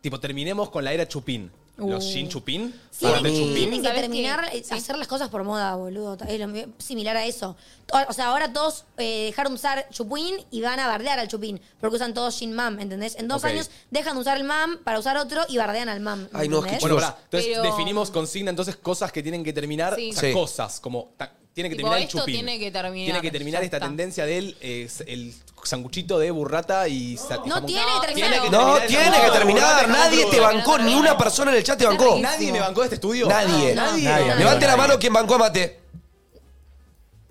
Tipo, terminemos con la era chupín. Los Uh. sin chupín, Sí, para tienen mí que- tienen chupín. que ¿Sabes terminar qué? eh, hacer las cosas por moda, boludo. Es lo mi- similar a eso. To- O sea, ahora todos eh, dejaron de usar chupín y van a bardear al chupín. Porque usan todos sin mam, ¿entendés? En dos Ok. años dejan de usar el mam para usar otro y bardean al mam. Ay, no, es que ¿entendés? yo- Bueno, pará, entonces Pero- definimos consigna, entonces cosas que tienen que terminar, Sí. o sea, Sí. cosas, como ta- tiene que Tipo, terminar el esto chupín. tiene que terminar, Tiene que terminar ya esta está. tendencia del eh, s- el sanguchito de burrata y sa- No jamón- tiene que terminar. Tiene que No, el tiene que sanguchito de terminar. burrata y jamón Nadie te crudo. bancó, ni una persona en el chat te bancó. Nadie me bancó de este estudio. Nadie. Nadie. Levante la mano quien bancó a Mate.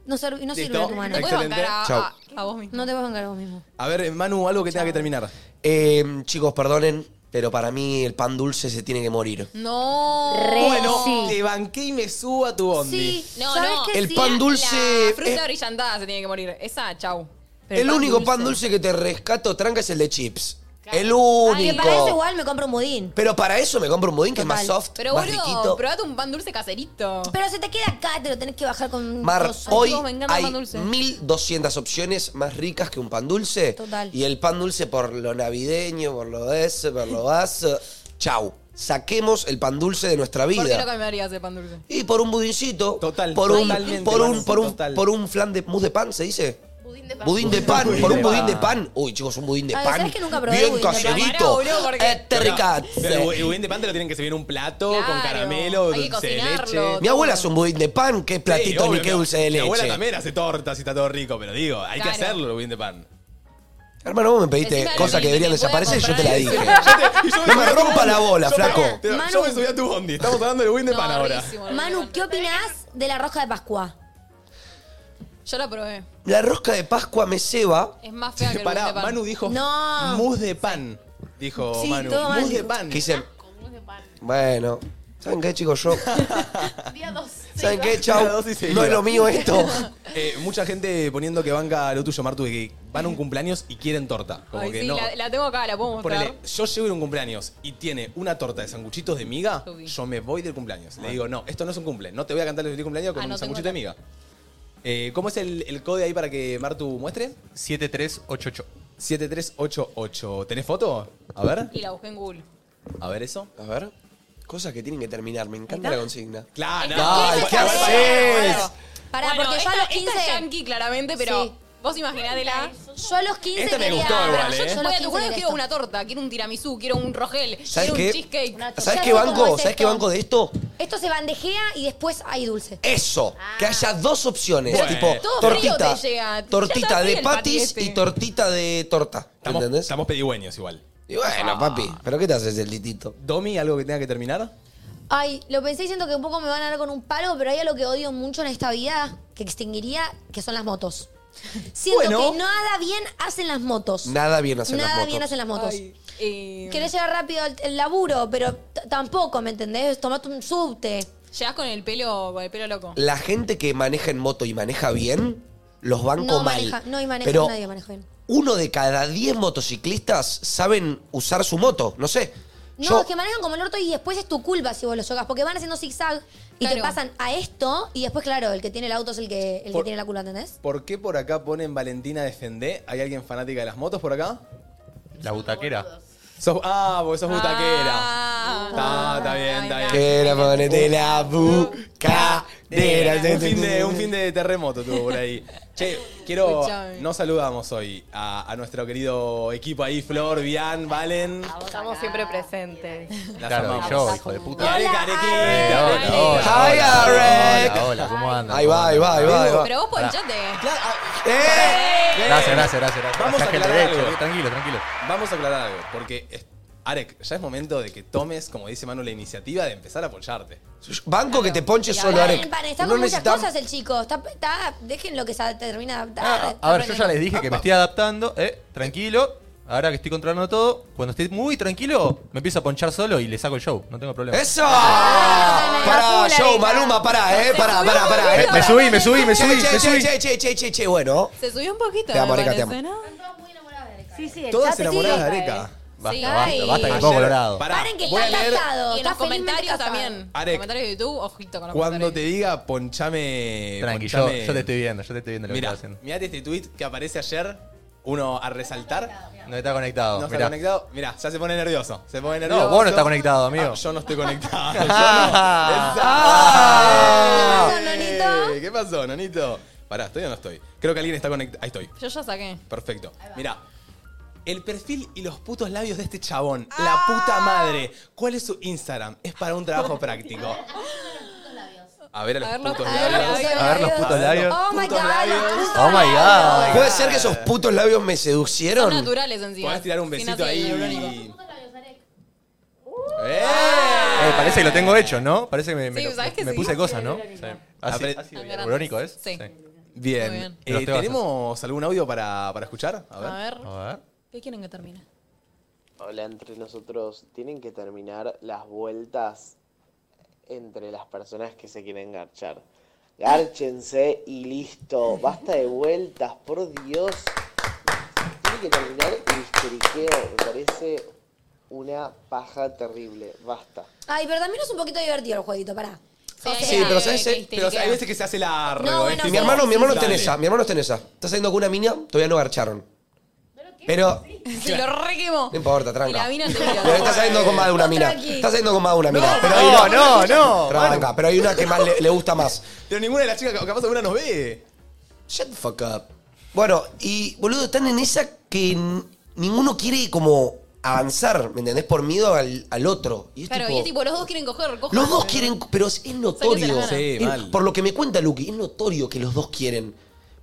No, serv- no sirve Listo. tu mano. Te puedes Excelente. bancar a, Chau. a- a vos mismo. No te vas a encargar vos mismo. A ver, Manu, algo que tenga que terminar. Eh, chicos, perdonen, pero para mí el pan dulce se tiene que morir. No. Bueno, te banqué y me subo a tu bondi. Sí, No, ¿sabes no. qué? El Sí, pan dulce. La fruta eh, brillantada se tiene que morir. Esa, chau. Pero el único pan dulce que te rescato tranca es el de chips. El único. Que para eso igual me compro un budín. Pero para eso me compro un budín que es más Total. soft, Pero más boludo, riquito. probate un pan dulce caserito. Pero se te queda acá, te lo tenés que bajar con... Mar, cosas. hoy chicos, me encanta el hay pan dulce. 1200 opciones más ricas que un pan dulce. Total. Y el pan dulce por lo navideño, por lo ese, por lo vaso. Chau. Saquemos el pan dulce de nuestra ¿Por qué no vida. cambiarías de pan dulce? Y por un budincito. Total, por un, totalmente, por un, Manu, por un, total. por un flan de mousse de pan, ¿se dice? Budín de pan. Budín de pan, Budín por un de budín de pan. pan. Uy, chicos, un budín de Ah, pan. ¿sabes que nunca probé Bien budín de pan? Pará, caserito. boludo, porque- Este ricazo. Pero el budín de pan te lo tienen que servir en un plato con Claro, caramelo, hay que dulce de cocinarlo, leche. todo. Mi abuela hace un budín de pan, qué platito Sí, obvio, ni qué mi- dulce de Mi abuela leche. también hace tortas y está todo rico, pero digo, hay Claro. que hacerlo el budín de pan. Hermano, vos me pediste Decime algo cosas que que deberían te pueda desaparecer, yo te la comprar. dije. Y yo me No me subí a tu rompa bondi. la Yo bola, me- flaco. te- Manu- Yo me subí a tu bondi. Estamos hablando del budín de pan ahora. riquísimo, boludo. Manu, ¿qué opinás de la rosca de Pascua? Yo la probé. La rosca de Pascua me ceba. Es más fea que el budín Pará, de pan. Manu dijo No. mousse de pan. Dijo Sí, Manu. todo Mousse mal. de pan. Que dicen, Con mousse de pan. bueno, ¿saben qué, chicos? Yo, Día 2. ¿saben qué, Una chau? dosis seguida. No es lo mío esto. Eh, mucha gente poniendo que banca lo tuyo, Martu, de que van a un cumpleaños y quieren torta. Como Ay, que sí, no. la, la tengo acá, la puedo mostrar. Ponele, yo llego a un cumpleaños y tiene una torta de sanguchitos de miga, Uy. yo me voy del cumpleaños. Ah. Le digo, no, esto no es un cumple, no te voy a cantar el feliz cumpleaños con Ah, no un tengo sanguchito de miga. Eh, ¿Cómo es el, el code ahí para que Martu muestre? 7388. 7388. ¿Tenés foto? A ver, Y la busqué en Google. a ver eso. A ver, cosas que tienen que terminar, me encanta la consigna. Claro, Ay, Ah, no, ¿qué para- para- haces? para- Pará, Bueno, porque yo a esta- los 15... Esta es yankee, claramente, pero Sí. vos Ah, imaginatela. Yo a los 15 Esta me quería- gustó igual, ¿eh? yo- Yo a Voy los a 15 tu juego quería quiero esto. una torta, quiero un tiramisú, quiero un rogel, ¿Sabes quiero qué? un cheesecake. ¿Sabes Ya qué sé cómo banco? es ¿Sabes qué esto. banco de esto? Esto se bandejea y después hay dulce. Eso, Ah. que haya dos opciones, Bueno. tipo Todo tortita, frío te llega. Ya está tortita frío de el pati patis este. y tortita de torta, Estamos, ¿entendés? estamos pedigüeños igual. Y Ah. bueno, papi, ¿pero qué te haces el litito? Domi, ¿algo que tenga que terminar? Ay, lo pensé y siento que un poco me van a dar con un palo, pero hay algo que odio mucho en esta vida, que extinguiría, que son las motos. Siento Bueno. que nada bien hacen las motos. Nada bien hacen las Nada motos. bien hacen las motos. Ay, eh, Querés llegar rápido al el laburo, pero t- tampoco, ¿me entendés? Tomate un subte. Llegás con el pelo, con el pelo loco. La gente que maneja en moto y maneja bien, los banco No mal. maneja, no y maneja, Pero nadie maneja bien. uno de cada diez motociclistas saben usar su moto, no sé. No, Yo- es que manejan como el orto y después es tu culpa si vos los chocas, porque van haciendo zigzag y te Claro. pasan a esto y después, claro, el que tiene el auto es el que, el que Por- tiene la culpa, ¿entendés? ¿Por qué por acá ponen Valentina Defendé? ¿Hay alguien fanática de las motos por acá? La butaquera. Sos- ah, porque sos butaquera. Ah. Está, está bien, está bien. Que la ponete la bucadera. un, fin de, un fin de terremoto tuvo por ahí. Che, quiero. Escuchame. No saludamos hoy a, a nuestro querido equipo ahí, Flor, Bian, Valen. Estamos siempre presentes. Las Claro, amamos. y yo, hijo de puta. Y Ale Hola, Carequita. Eh, Hola, hola, hola, Hi, hola, Arek. Hola, hola, ¿cómo andan? Ahí va, ahí va, ahí va. ahí va. Pero vos ponchate. Claro, ah, ¡Eh! bien. Gracias, gracias, gracias. gracias. Vamos a Ataque el aclarar derecho, algo. Tranquilo, tranquilo. Vamos a aclarar algo, porque. es- Arek, ya es momento de que tomes, como dice Manu, la iniciativa de empezar a apoyarte. Banco que te ponche solo, Paren, Arek. paren, está No con muchas necesitam- cosas el chico. Está, está, déjenlo que se termina. de Ah, adaptar. a ver, yo ya les dije que me estoy adaptando, eh, tranquilo. Ahora que estoy controlando todo, cuando esté muy tranquilo, me empiezo a ponchar solo y le saco el show. No tengo problema. ¡Eso! la Pará, fula, show, hija. Maluma, pará, eh. Pará, pará, pará. eh. Me, me subí, me subí, me Che, subí, che, me subí. che, che, che, che, che, bueno. Se subió un poquito, Te amo, me Areca, te parece, ¿no? Están todas muy enamoradas de Karen. Sí, sí, Todas ya te enamoradas de eh. sigo. Areca. Basta, Sí. basta, basta, que me pongo Ayer- colorado. pará, Paren que voy a está leer- Y casado. en Está los felizmente comentarios casado. también. Arec. Comentarios de YouTube, ojito con los Cuando te comentarios. diga ponchame. Tranqui, yo, ponchame- yo te estoy viendo, yo te estoy viendo lo Mirá, que estás haciendo. mirate este tweet que aparece ayer, uno a resaltar. No está conectado. No está mirá. conectado. Mirá, ya se pone nervioso. Se pone No, nervioso. vos no estás conectado, amigo. Ah, yo no estoy conectado. yo no. Ah. Exacto. ¿Qué pasó, Nonito? ¿Qué pasó, Nonito? Pará, ¿estoy o no estoy? Creo que alguien está conectado. Ahí estoy. Yo ya saqué. Perfecto. Mirá. El perfil y los putos labios de este chabón. Ah. La puta madre. ¿Cuál es su Instagram? Es para un trabajo práctico. A ver a los A ver los putos putos labios. labios. A ver los A putos ver los labios. Oh my Putos god. labios. los putos Oh my labios. god. ¿Puede ser que esos putos labios me Son seducieron? naturales encima. Podés tirar un Sin besito ácido hialurónico. ahí. Putos labios, Arek. ¡Eh! Eh, parece que lo tengo hecho, ¿no? Parece que me, me Sí, lo- ¿sabes que me sí? puse cosas, ¿no? Sí. Así, Apre- así, Tan grandes. hialurónico, ¿es? Sí. Bien. Muy bien. Eh, Los tebasos. ¿Tenemos algún audio para, para escuchar? A ver. A ver, A ver. ¿qué quieren que termine? Hola, entre nosotros, tienen que terminar las vueltas entre las personas que se quieren garchar. Gárchense y listo. Basta de vueltas, por Dios. tiene que terminar el histeriqueo. Me parece una paja terrible. Basta. Ay, pero también es un poquito divertido el jueguito, pará. Sí, pero ¿sabes? eh? Pero hay veces que se hace la No, bueno, mi hermano, mi hermano sí, está en dale. esa, mi hermano está en esa. Está saliendo con una mina, todavía no garcharon. Pero Se lo re quemó. no importa, Y tranca. la mina te miró. Pero está saliendo con más de una mina. tranqui. Está saliendo con más de una mina. No, pero hay no, una- no, no. Tranca, pero hay una que más le, le gusta más. Pero ninguna de las chicas, capaz alguna nos ve. Shut the fuck up. Bueno, y boludo, están en esa que n- ninguno quiere como avanzar, ¿me entendés? Por miedo al, al otro. Y es Claro, tipo- y es tipo, eh. los dos quieren coger, cojan. Los dos quieren, pero es, es notorio. las ganas. Sí, Es- mal. por lo que me cuenta Luqui, es notorio que los dos quieren.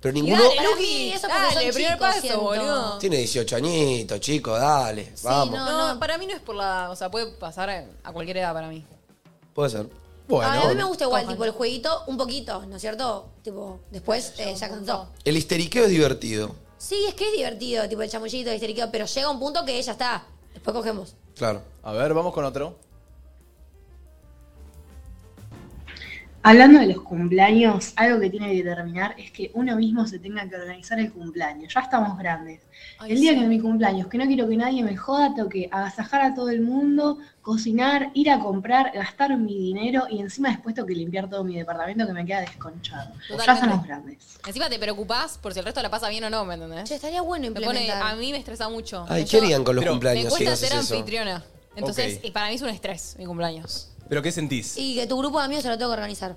Pero Y ninguno. Dale, Para mí, Luqui, eso porque dale, son primer chicos, paso, siento. boludo. Tiene 18 añitos, chicos, dale. vamos. no. No, para mí no es por la... O sea, puede pasar a cualquier edad para mí. Puede Ay, a ser. mí me Bueno. gusta igual, Cojan. tipo, el jueguito un poquito, ¿no es cierto? Tipo, después eh, ya cansó. El histeriqueo es divertido. Sí, es que es divertido, tipo, el chamullito, el histeriqueo, pero llega un punto que ya está. Después cogemos. Claro. A ver, vamos con otro. Hablando de los cumpleaños, algo que tiene que terminar es que uno mismo se tenga que organizar el cumpleaños. Ya estamos grandes. el día que es mi cumpleaños, que no quiero que nadie me joda, tengo que agasajar a todo el mundo, cocinar, ir a comprar, gastar mi dinero y encima después tengo que limpiar todo mi departamento que me queda desconchado. Ya Totalmente. somos grandes. Encima te preocupás por si el resto la pasa bien o no, ¿me entendés? Che, estaría bueno Me pone, implementar. a mí me estresa mucho. Ay, Yo- ¿qué harían con los pero- me cumpleaños si cuesta haces ser eso? anfitriona. Entonces, Ok. y para mí es un estrés mi cumpleaños. ¿Pero qué sentís? Y que tu grupo de amigos se lo tengo que organizar.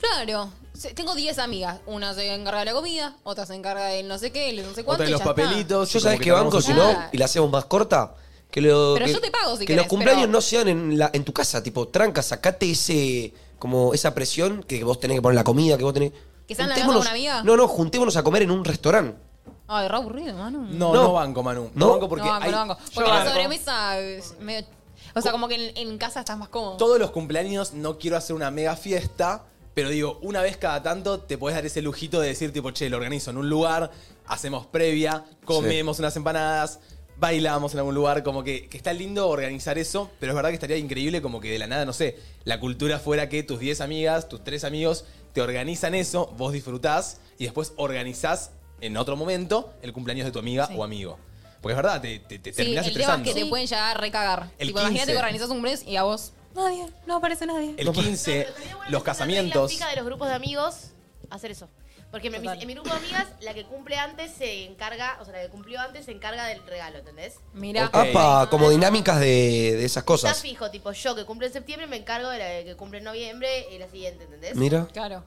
Claro, se- tengo 10 amigas. Una se encarga de la comida, otra se encarga del no sé qué, el no sé cuánto. Otra de y los ya está. papelitos. Yo y sabes como que tardamos banco, un si poco. no, Claro. y la hacemos más corta. Que lo, Pero que, yo te pago si Que querés, los cumpleaños pero- no sean en, la, en tu casa, tipo, tranca, sacate ese, como esa presión que vos tenés que poner la comida, que vos tenés. ¿Que sean la Juntémonos- casa con una amiga? No, no, juntémonos a comer en un restaurante. Ay, re aburrido, mano. No, No. no banco, Manu. No, No. banco porque no banco, hay- no banco. Porque la sobremesa es medio... O sea, como que en, en casa estás más cómodo. todos los cumpleaños no quiero hacer una mega fiesta, pero digo, una vez cada tanto te podés dar ese lujito de decir, tipo, che, lo organizo en un lugar, hacemos previa, comemos unas empanadas, bailamos en algún lugar, como que, que está lindo organizar eso, pero es verdad que estaría increíble como que de la nada, no sé, la cultura fuera que tus 10 amigas, tus 3 amigos te organizan eso, vos disfrutás y después organizás en otro momento el cumpleaños de tu amiga o amigo. Porque es verdad, te, te, te sí, terminás el tema es estresando. que te pueden llegar a recagar. El Tipo, imagínate 15. que organizás un cumpleaños y a vos... Nadie, no aparece nadie. El Eh, 15, los La casamientos. chica de los grupos de amigos hacer eso. Porque en mi, Total. en mi grupo de amigas, la que cumple antes se encarga, o sea, la que cumplió antes se encarga del regalo, ¿entendés? Mirá. Ok. Ah, Apa, como dinámicas de, de esas Está cosas. fijo, tipo yo que cumple en septiembre me encargo de la que cumple en noviembre y la siguiente, ¿entendés? Mira. Claro.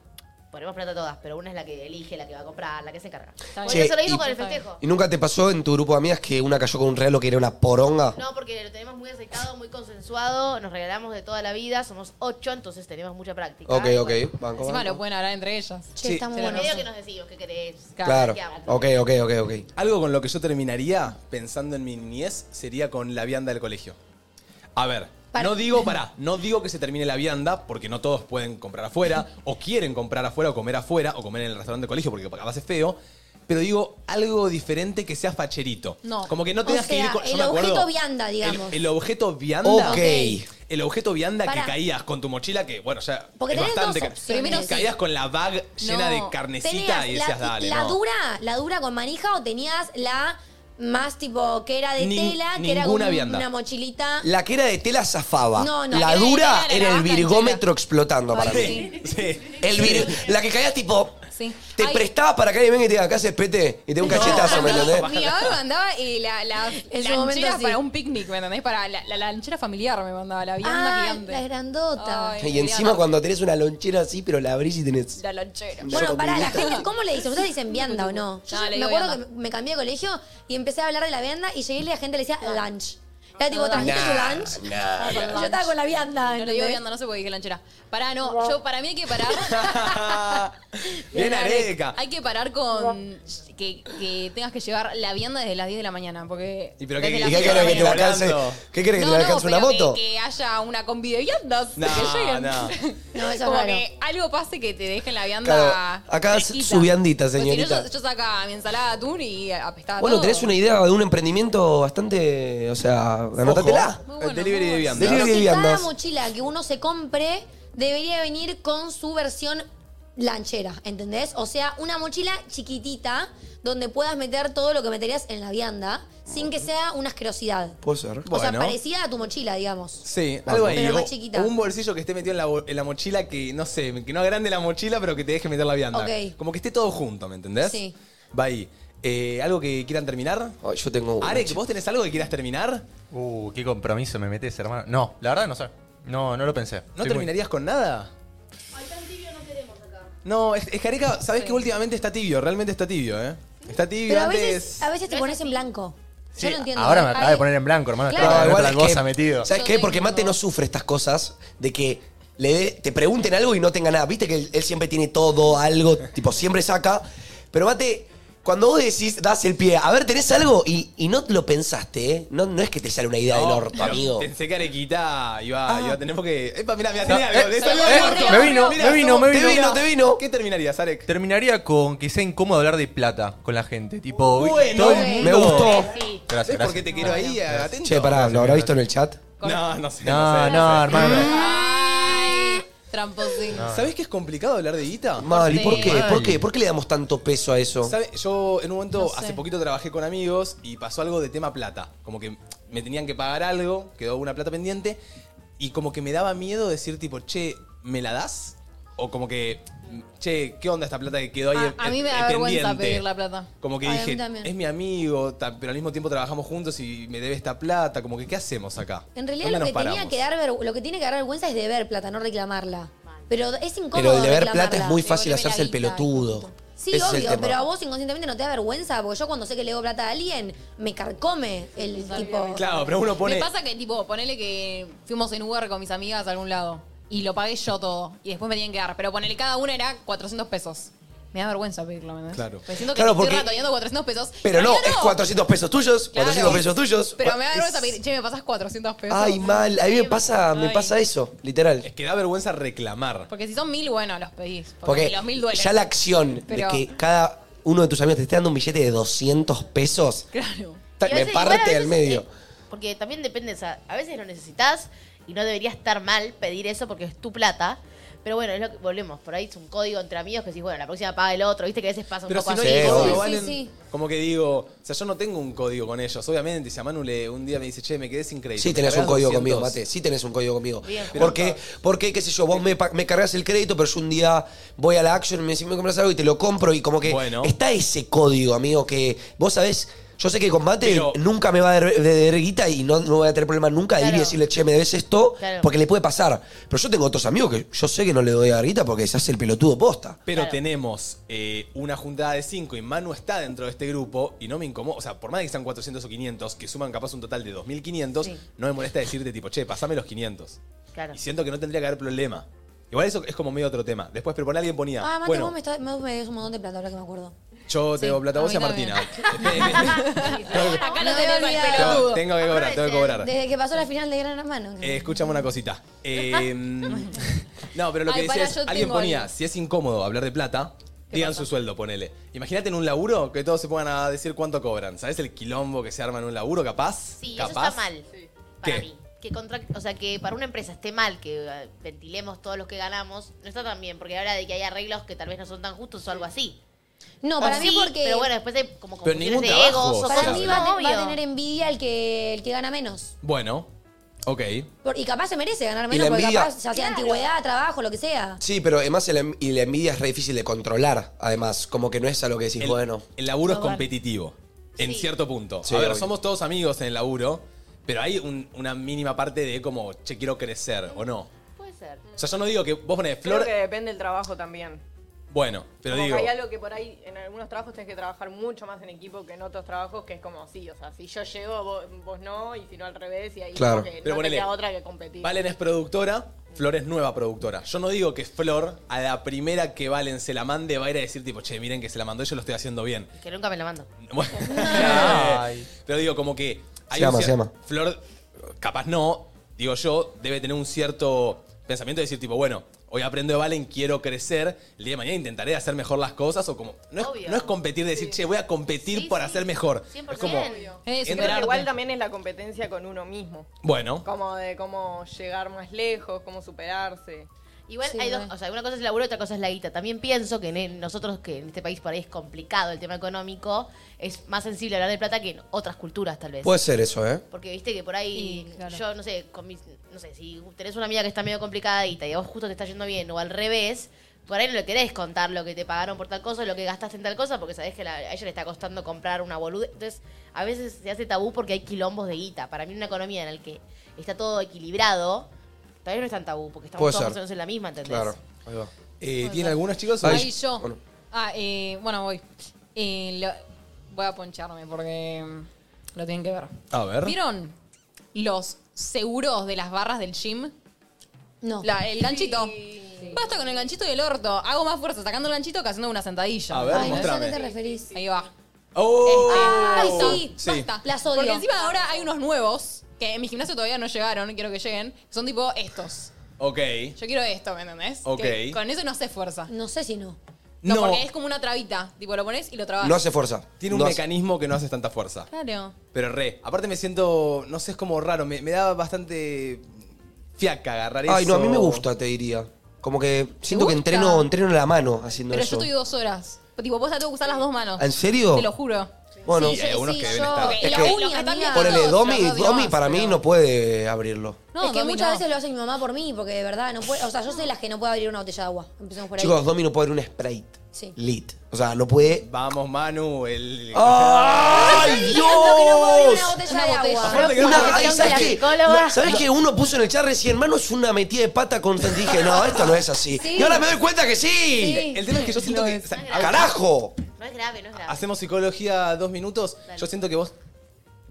Ponemos plata todas, pero una es la que elige, la que va a comprar, la que se encarga. Por bien. eso lo Che, y- mismo con el festejo. ¿Y nunca te pasó en tu grupo de amigas que una cayó con un regalo que era una poronga? No, porque lo tenemos muy aceitado, muy consensuado, nos regalamos de toda la vida, somos ocho, entonces tenemos mucha práctica. ok, Y ok. bueno, Banco, Encima banco. lo pueden hablar entre ellas. Che, Sí, está muy se lo bueno. Medio Bueno. que nos decimos qué querés. Claro. qué hago. Ok, ok, ok, ok. Algo con lo que yo terminaría pensando en mi niñez sería con la vianda del colegio. A ver, no digo, pará, no digo que se termine la vianda, porque no todos pueden comprar afuera, o quieren comprar afuera, o comer afuera, o comer en el restaurante del colegio, porque capaz es feo. Pero digo, algo diferente que sea facherito. No. Como que no O tengas que ir sea, con. yo el me acuerdo- objeto vianda, digamos. El, el objeto vianda. Ok. El objeto vianda Pará. que caías con tu mochila, que bueno, ya. Porque es tenés bastante. dos ca- opciones. Primero caías con la bag llena No. de carnecita Tenías y decías, la, dale. la no. dura, la dura con manija o tenías la más tipo que era de Nin- tela, que era ninguna un- vianda. una mochilita. La que era de tela zafaba. No, no, la la que era de dura tela era era el la vaca virgómetro explotando para mí. Sí, sí. El vir- La que caías tipo. Sí. Te Ay. prestaba para que alguien venga y te diga, acá haces pete? Y te dé un cachetazo, ¿me entendés? Mi mamá me mandaba eh, la, la En su lanchera momento, sí. para un picnic, ¿me entendés? Para la, la lanchera familiar me mandaba, la vianda Ah, gigante. la grandota. Ay, Y encima cuando tenés una lonchera así, pero la abrís y tenés. La lonchera. Bueno, para la gente, ¿cómo le dicen? ¿Ustedes dicen vianda o no? Yo No, le me digo acuerdo vianda. que me cambié de colegio y empecé a hablar de la vianda y llegué y la gente le decía lunch. Era tipo, ¿trajiste Nah, tu lunch? Ah, nah. Yo estaba con la vianda. No le digo ¿entendés? vianda, no sé por qué dije lanchera. Pará, no, yo para mí hay que parar. Bien areca. Hay que parar con que, que tengas que llevar la vianda desde las 10 de la mañana, porque... ¿Y pero qué- desde y las ¿Y qué 10 de querés la que te la mañana. alcance? Volando. ¿Qué querés que No, te la no, alcance una pero que- moto? Que, haya una combi de viandas No, que lleguen. no. No, eso es Como raro. que algo pase que te dejen la vianda. Acá, acá fresquita. su viandita, Porque si no, señorita. yo, yo sacaba mi ensalada de atún y apestaba Bueno, todo. tenés una idea de un emprendimiento bastante. O sea, anótatela. Ojo, Muy bueno, el delivery muy de bueno. vianda. Delivery- Creo que viandas. cada mochila que uno se compre debería venir con su versión lanchera, ¿entendés? O sea, una mochila chiquitita donde puedas meter todo lo que meterías en la vianda sin que sea una asquerosidad. Puede ser. O sea, parecida a tu mochila, digamos. Sí, Pero algo ahí. más o- chiquita. o un bolsillo que esté metido en la, bo- en la mochila que, no sé, que no agrande la mochila, pero que te deje meter la vianda. Ok. Como que esté todo junto, ¿me entendés? Sí. Va ahí. Eh, ¿Algo que quieran terminar? yo tengo Oh, uno, Are, che. ¿vos tenés algo que quieras terminar? Uh, qué compromiso me metes, hermano. No, la verdad no sé. No, no lo pensé. ¿No terminarías con nada? No, es, es que Areca, sabés que últimamente está tibio, realmente está tibio, ¿eh? Está tibio Pero a antes. veces, a veces te pones en blanco. Yo Sí, lo entiendo. ahora ¿eh? me acaba Ay, de poner en blanco, hermano. Claro. Estaba No, en igual otra es cosa que- metido. ¿Sabes qué? Porque Mate no sufre estas cosas de que le dé- te pregunten algo y no tenga nada. Viste que él, él siempre tiene todo, algo, tipo, siempre saca. Pero Mate, cuando vos decís, das el pie, a ver, ¿tenés algo? Y, y no lo pensaste, ¿eh? No, no es que te sale una idea del orto, pero amigo. Pensé que Arequita iba, iba a tener porque. Epa, mirá, mirá, Ah. No, tenía algo. eh, le salió eh, algo al orto. me vino, Mirá, me vino, me te vino. te ¿Qué terminarías, Arek? Terminaría con que sea incómodo hablar de plata con la gente. Tipo, Bueno, todo el mundo- me gustó. Gracias, ¿Ves por qué gracias. te quiero ahí, eh, atento? Che, pará, ¿lo habrá visto en el chat? No, no sé. No, sé, no, sé. hermano. Tramposín. ¿Sabés que es complicado hablar de guita? Mal, ¿y por Sí. qué? ¿Por qué? ¿Por qué le damos tanto peso a eso? ¿Sabe? Yo en un momento, No sé. hace poquito trabajé con amigos y pasó algo de tema plata. Como que me tenían que pagar algo, quedó una plata pendiente, y como que me daba miedo decir tipo, che, ¿me la das? O como que, che, ¿qué onda esta plata que quedó ahí? A, Ah, a eh, mí me eh, da vergüenza pendiente? pedir la plata. Como que Ay, a mí dije, también. es mi amigo, ta- pero al mismo tiempo trabajamos juntos y me debe esta plata. Como que, ¿qué hacemos acá? En realidad ¿Dónde lo nos que, tenía paramos? que dar ver- lo que tiene que dar vergüenza es deber plata, no reclamarla. Pero es incómodo Pero el deber reclamarla. plata es muy fácil hacerse el pelotudo. Sí, Ese es el obvio, tema. pero a vos inconscientemente no te da vergüenza, porque yo cuando sé que le debo plata a alguien, me carcome el tipo. Claro, pero uno pone... Me pasa que, tipo, ponele que fuimos en Uber con mis amigas a algún lado y lo pagué yo todo y después me tenían que dar. Pero ponele cada una era 400 pesos. Me da vergüenza pedirlo, ¿me entendés? Claro. Me siento que Claro, estoy porque- ratoneando 400 pesos. Pero no, Todavía es 400 pesos tuyos, Claro. 400 pesos tuyos. Pero me da vergüenza pedir, che, me pasas 400 pesos. Ay, mal, a mí me pasa, me Ay. pasa eso, literal. Es que da vergüenza reclamar. Porque si son mil, bueno, los pedís. Porque, Porque los mil duelen. ya la acción Pero- de que cada uno de tus amigos te esté dando un billete de 200 pesos, Claro. ta- Y a me veces- igual a parte veces, eh, al medio. Porque también depende, o sea, a veces lo necesitas y no debería estar mal pedir eso porque es tu plata. Pero bueno, es lo que volvemos. Por ahí es un código entre amigos que decís, bueno, la próxima paga el otro, viste que a veces pasa un Pero si poco no así. hay código, obvio. ¿valen? Sí, sí. Como que digo, o sea, yo no tengo un código con ellos. Obviamente, si a Manu le, un día me dice, che, me quedé sin crédito. Sí ¿me tenés un cargas código 200? conmigo, Mate, sí tenés un código conmigo. Bien. Porque, porque, qué sé yo, vos me, pa- me cargas el crédito, pero yo un día voy a la Action, me decís, me compras algo y te lo compro y como que está ese código, amigo, que vos sabés... Yo sé que con Mate Pero- nunca me va a dar- de de dar guita y no, no voy a tener problema nunca de ir y Claro. decirle, che, me debes esto, Claro. porque le puede pasar. Pero yo tengo otros amigos que yo sé que no le doy a dar guita porque se hace el pelotudo posta. Pero tenemos eh, una juntada de cinco y Manu está dentro de este grupo y no me incomoda. O sea, por más de que sean 400 o 500, que suman capaz un total de 2.500, no me molesta decirte, tipo, che, pasame los 500. Claro. Y siento que no tendría que haber problema. Igual eso es como medio otro tema. Después, pero por alguien ponía. Ah, Mate, bueno, vos me, está- vos me debes un montón de plata, ahora que me acuerdo. yo tengo plata a vos y a también. Martina. Acá No no te tenemos olvidás. Tengo- el pelotudo. tengo que cobrar, tengo que cobrar. Desde que pasó la final de Gran Hermano. Eh, escúchame una cosita. Eh, no, pero lo que Ay, decía pará, es, yo alguien tengo ponía, algo. si es incómodo hablar de plata, digan su sueldo, ponele. Imagínate en un laburo que todos se pongan a decir cuánto cobran. ¿Sabes el quilombo que se arma en un laburo? Capaz. Sí, eso capaz. está mal. Para ¿Qué? mí. Que contra- o sea, que para una empresa esté mal que eh, ventilemos todos los que ganamos, no está tan bien, porque habla de que hay arreglos que tal vez no son tan justos o algo así. No, O ah, para mí sí, porque- Pero bueno, después hay como Pero en confusiones de ningún trabajo, egos. o Para cosas mí así. Va, a te- Obvio. va a tener em- envidia el que, el que gana menos. Bueno, ok. Por- y capaz se merece ganar Y menos la porque envidia- capaz, ya sea antigüedad, trabajo, lo que sea. Sí, pero además el em- y la envidia es re difícil de controlar, además, como que no es a lo que decís, El, bueno. el laburo es Total. competitivo, en Sí. cierto punto. Sí, a ver, obvio. somos todos amigos en el laburo, pero hay un- una mínima parte de como, che, quiero crecer, ¿o no? Puede ser. O sea, yo no digo que vos ponés Creo flor. que depende del trabajo también. Bueno, pero Como que digo. Hay algo que por ahí, en algunos trabajos tenés que trabajar mucho más en equipo que en otros trabajos, que es como sí, o sea, si yo llego, vos, vos no, y si no al revés, y ahí Claro. como que Pero no te ponele, queda otra que competir. Valen es productora, Flor es nueva productora. Yo no digo que Flor, a la primera que Valen se la mande, va a ir a decir tipo, che, miren que se la mandó, yo lo estoy haciendo bien. Que nunca me la mando. Eh, Pero digo, como que... Se un ama, cier- se ama. Flor, capaz no, digo yo, debe tener un cierto pensamiento de decir tipo, bueno, hoy aprendo de Valen, quiero crecer, el día de mañana intentaré hacer mejor las cosas, o como... No es, Obvio. no es competir, decir, che, voy a competir por hacer mejor. Es como... Creo que superarte. igual también es la competencia con uno mismo. Bueno. Como de cómo llegar más lejos, cómo superarse. Igual Sí, hay dos, re. o sea, una cosa es el laburo, otra cosa es la guita. También pienso que en el- nosotros, que en este país por ahí es complicado el tema económico, es más sensible hablar de plata que en otras culturas tal vez. Puede ser eso, ¿eh? Porque viste que por ahí, yo no sé, con mis- no sé, si tenés una amiga que está medio complicadita y a vos justo te está yendo bien o al revés, por ahí no le querés contar lo que te pagaron por tal cosa, lo que gastaste en tal cosa, porque sabés que la- a ella le está costando comprar una boluda. Entonces, a veces se hace tabú porque hay quilombos de guita. Para mí, una economía en la que está todo equilibrado, tal vez no es tan tabú, porque estamos Puede todos ser. más o menos en la misma, ¿entendés? Claro. Ahí va. ¿Tienen algunas, Eh, chicos? Ahí yo. Ah, eh, bueno, voy. Eh, lo- voy a poncharme porque mm, lo tienen que ver. A ver. ¿Vieron los seguros de las barras del gym? No. el ganchito. Basta con el ganchito y el orto. Hago más fuerza sacando el ganchito que haciendo una sentadilla. A ver, ¿entendés? mostrame. Ay, ¿a qué te referís? Ahí va. ¡Oh! Este. Ay, sí, Sí. basta. Las odio. Porque encima ahora hay unos nuevos que en mi gimnasio todavía no llegaron, quiero que lleguen. Son tipo estos. Ok. Yo quiero esto, ¿me entendés? Ok. Que con eso no hace fuerza. No sé si no. No, No. porque es como una trabita. Tipo, lo pones y lo trabas. No hace fuerza. Ah. Tiene un No hace- mecanismo que no haces tanta fuerza. Claro. Pero re. Aparte me siento, no sé, es como raro. Me, me da bastante fiaca agarrar eso. Ay, no, a mí me gusta, te diría. Como que siento que gusta? entreno, entreno la mano haciendo Pero yo eso. estoy dos horas. Tipo, vos la tengo que usar las dos manos. ¿En serio? Te lo juro. Bueno, Sí, hay algunos que deben estar. Es la eh, que- uni, amiga. Ponele, Todos, Domi, los dos Domi idiomas, para mí no puede abrirlo. es que muchas veces lo hace mi mamá por mí, porque de verdad no puede. O sea, yo soy las que no puedo abrir una botella de agua. Empecemos por ahí. Chicos, Domi no puede abrir un Sprite. Sí. Lit. O sea, no puede. Vamos, Manu, el. Ah. ¡Ay, Dios! Una botella de agua. Aparte que una- ay, ¿Sabes la qué? psicóloga. No, ¿sabes qué? Uno puso en el chat recién, hermano, es una metida de pata constante. Y dije, no, esto no es así. Sí. Y ahora me doy cuenta que sí. Sí. El tema es que yo siento que. o sea, ¡Carajo! No es grave, no es grave. Hacemos psicología dos minutos. Yo siento que vos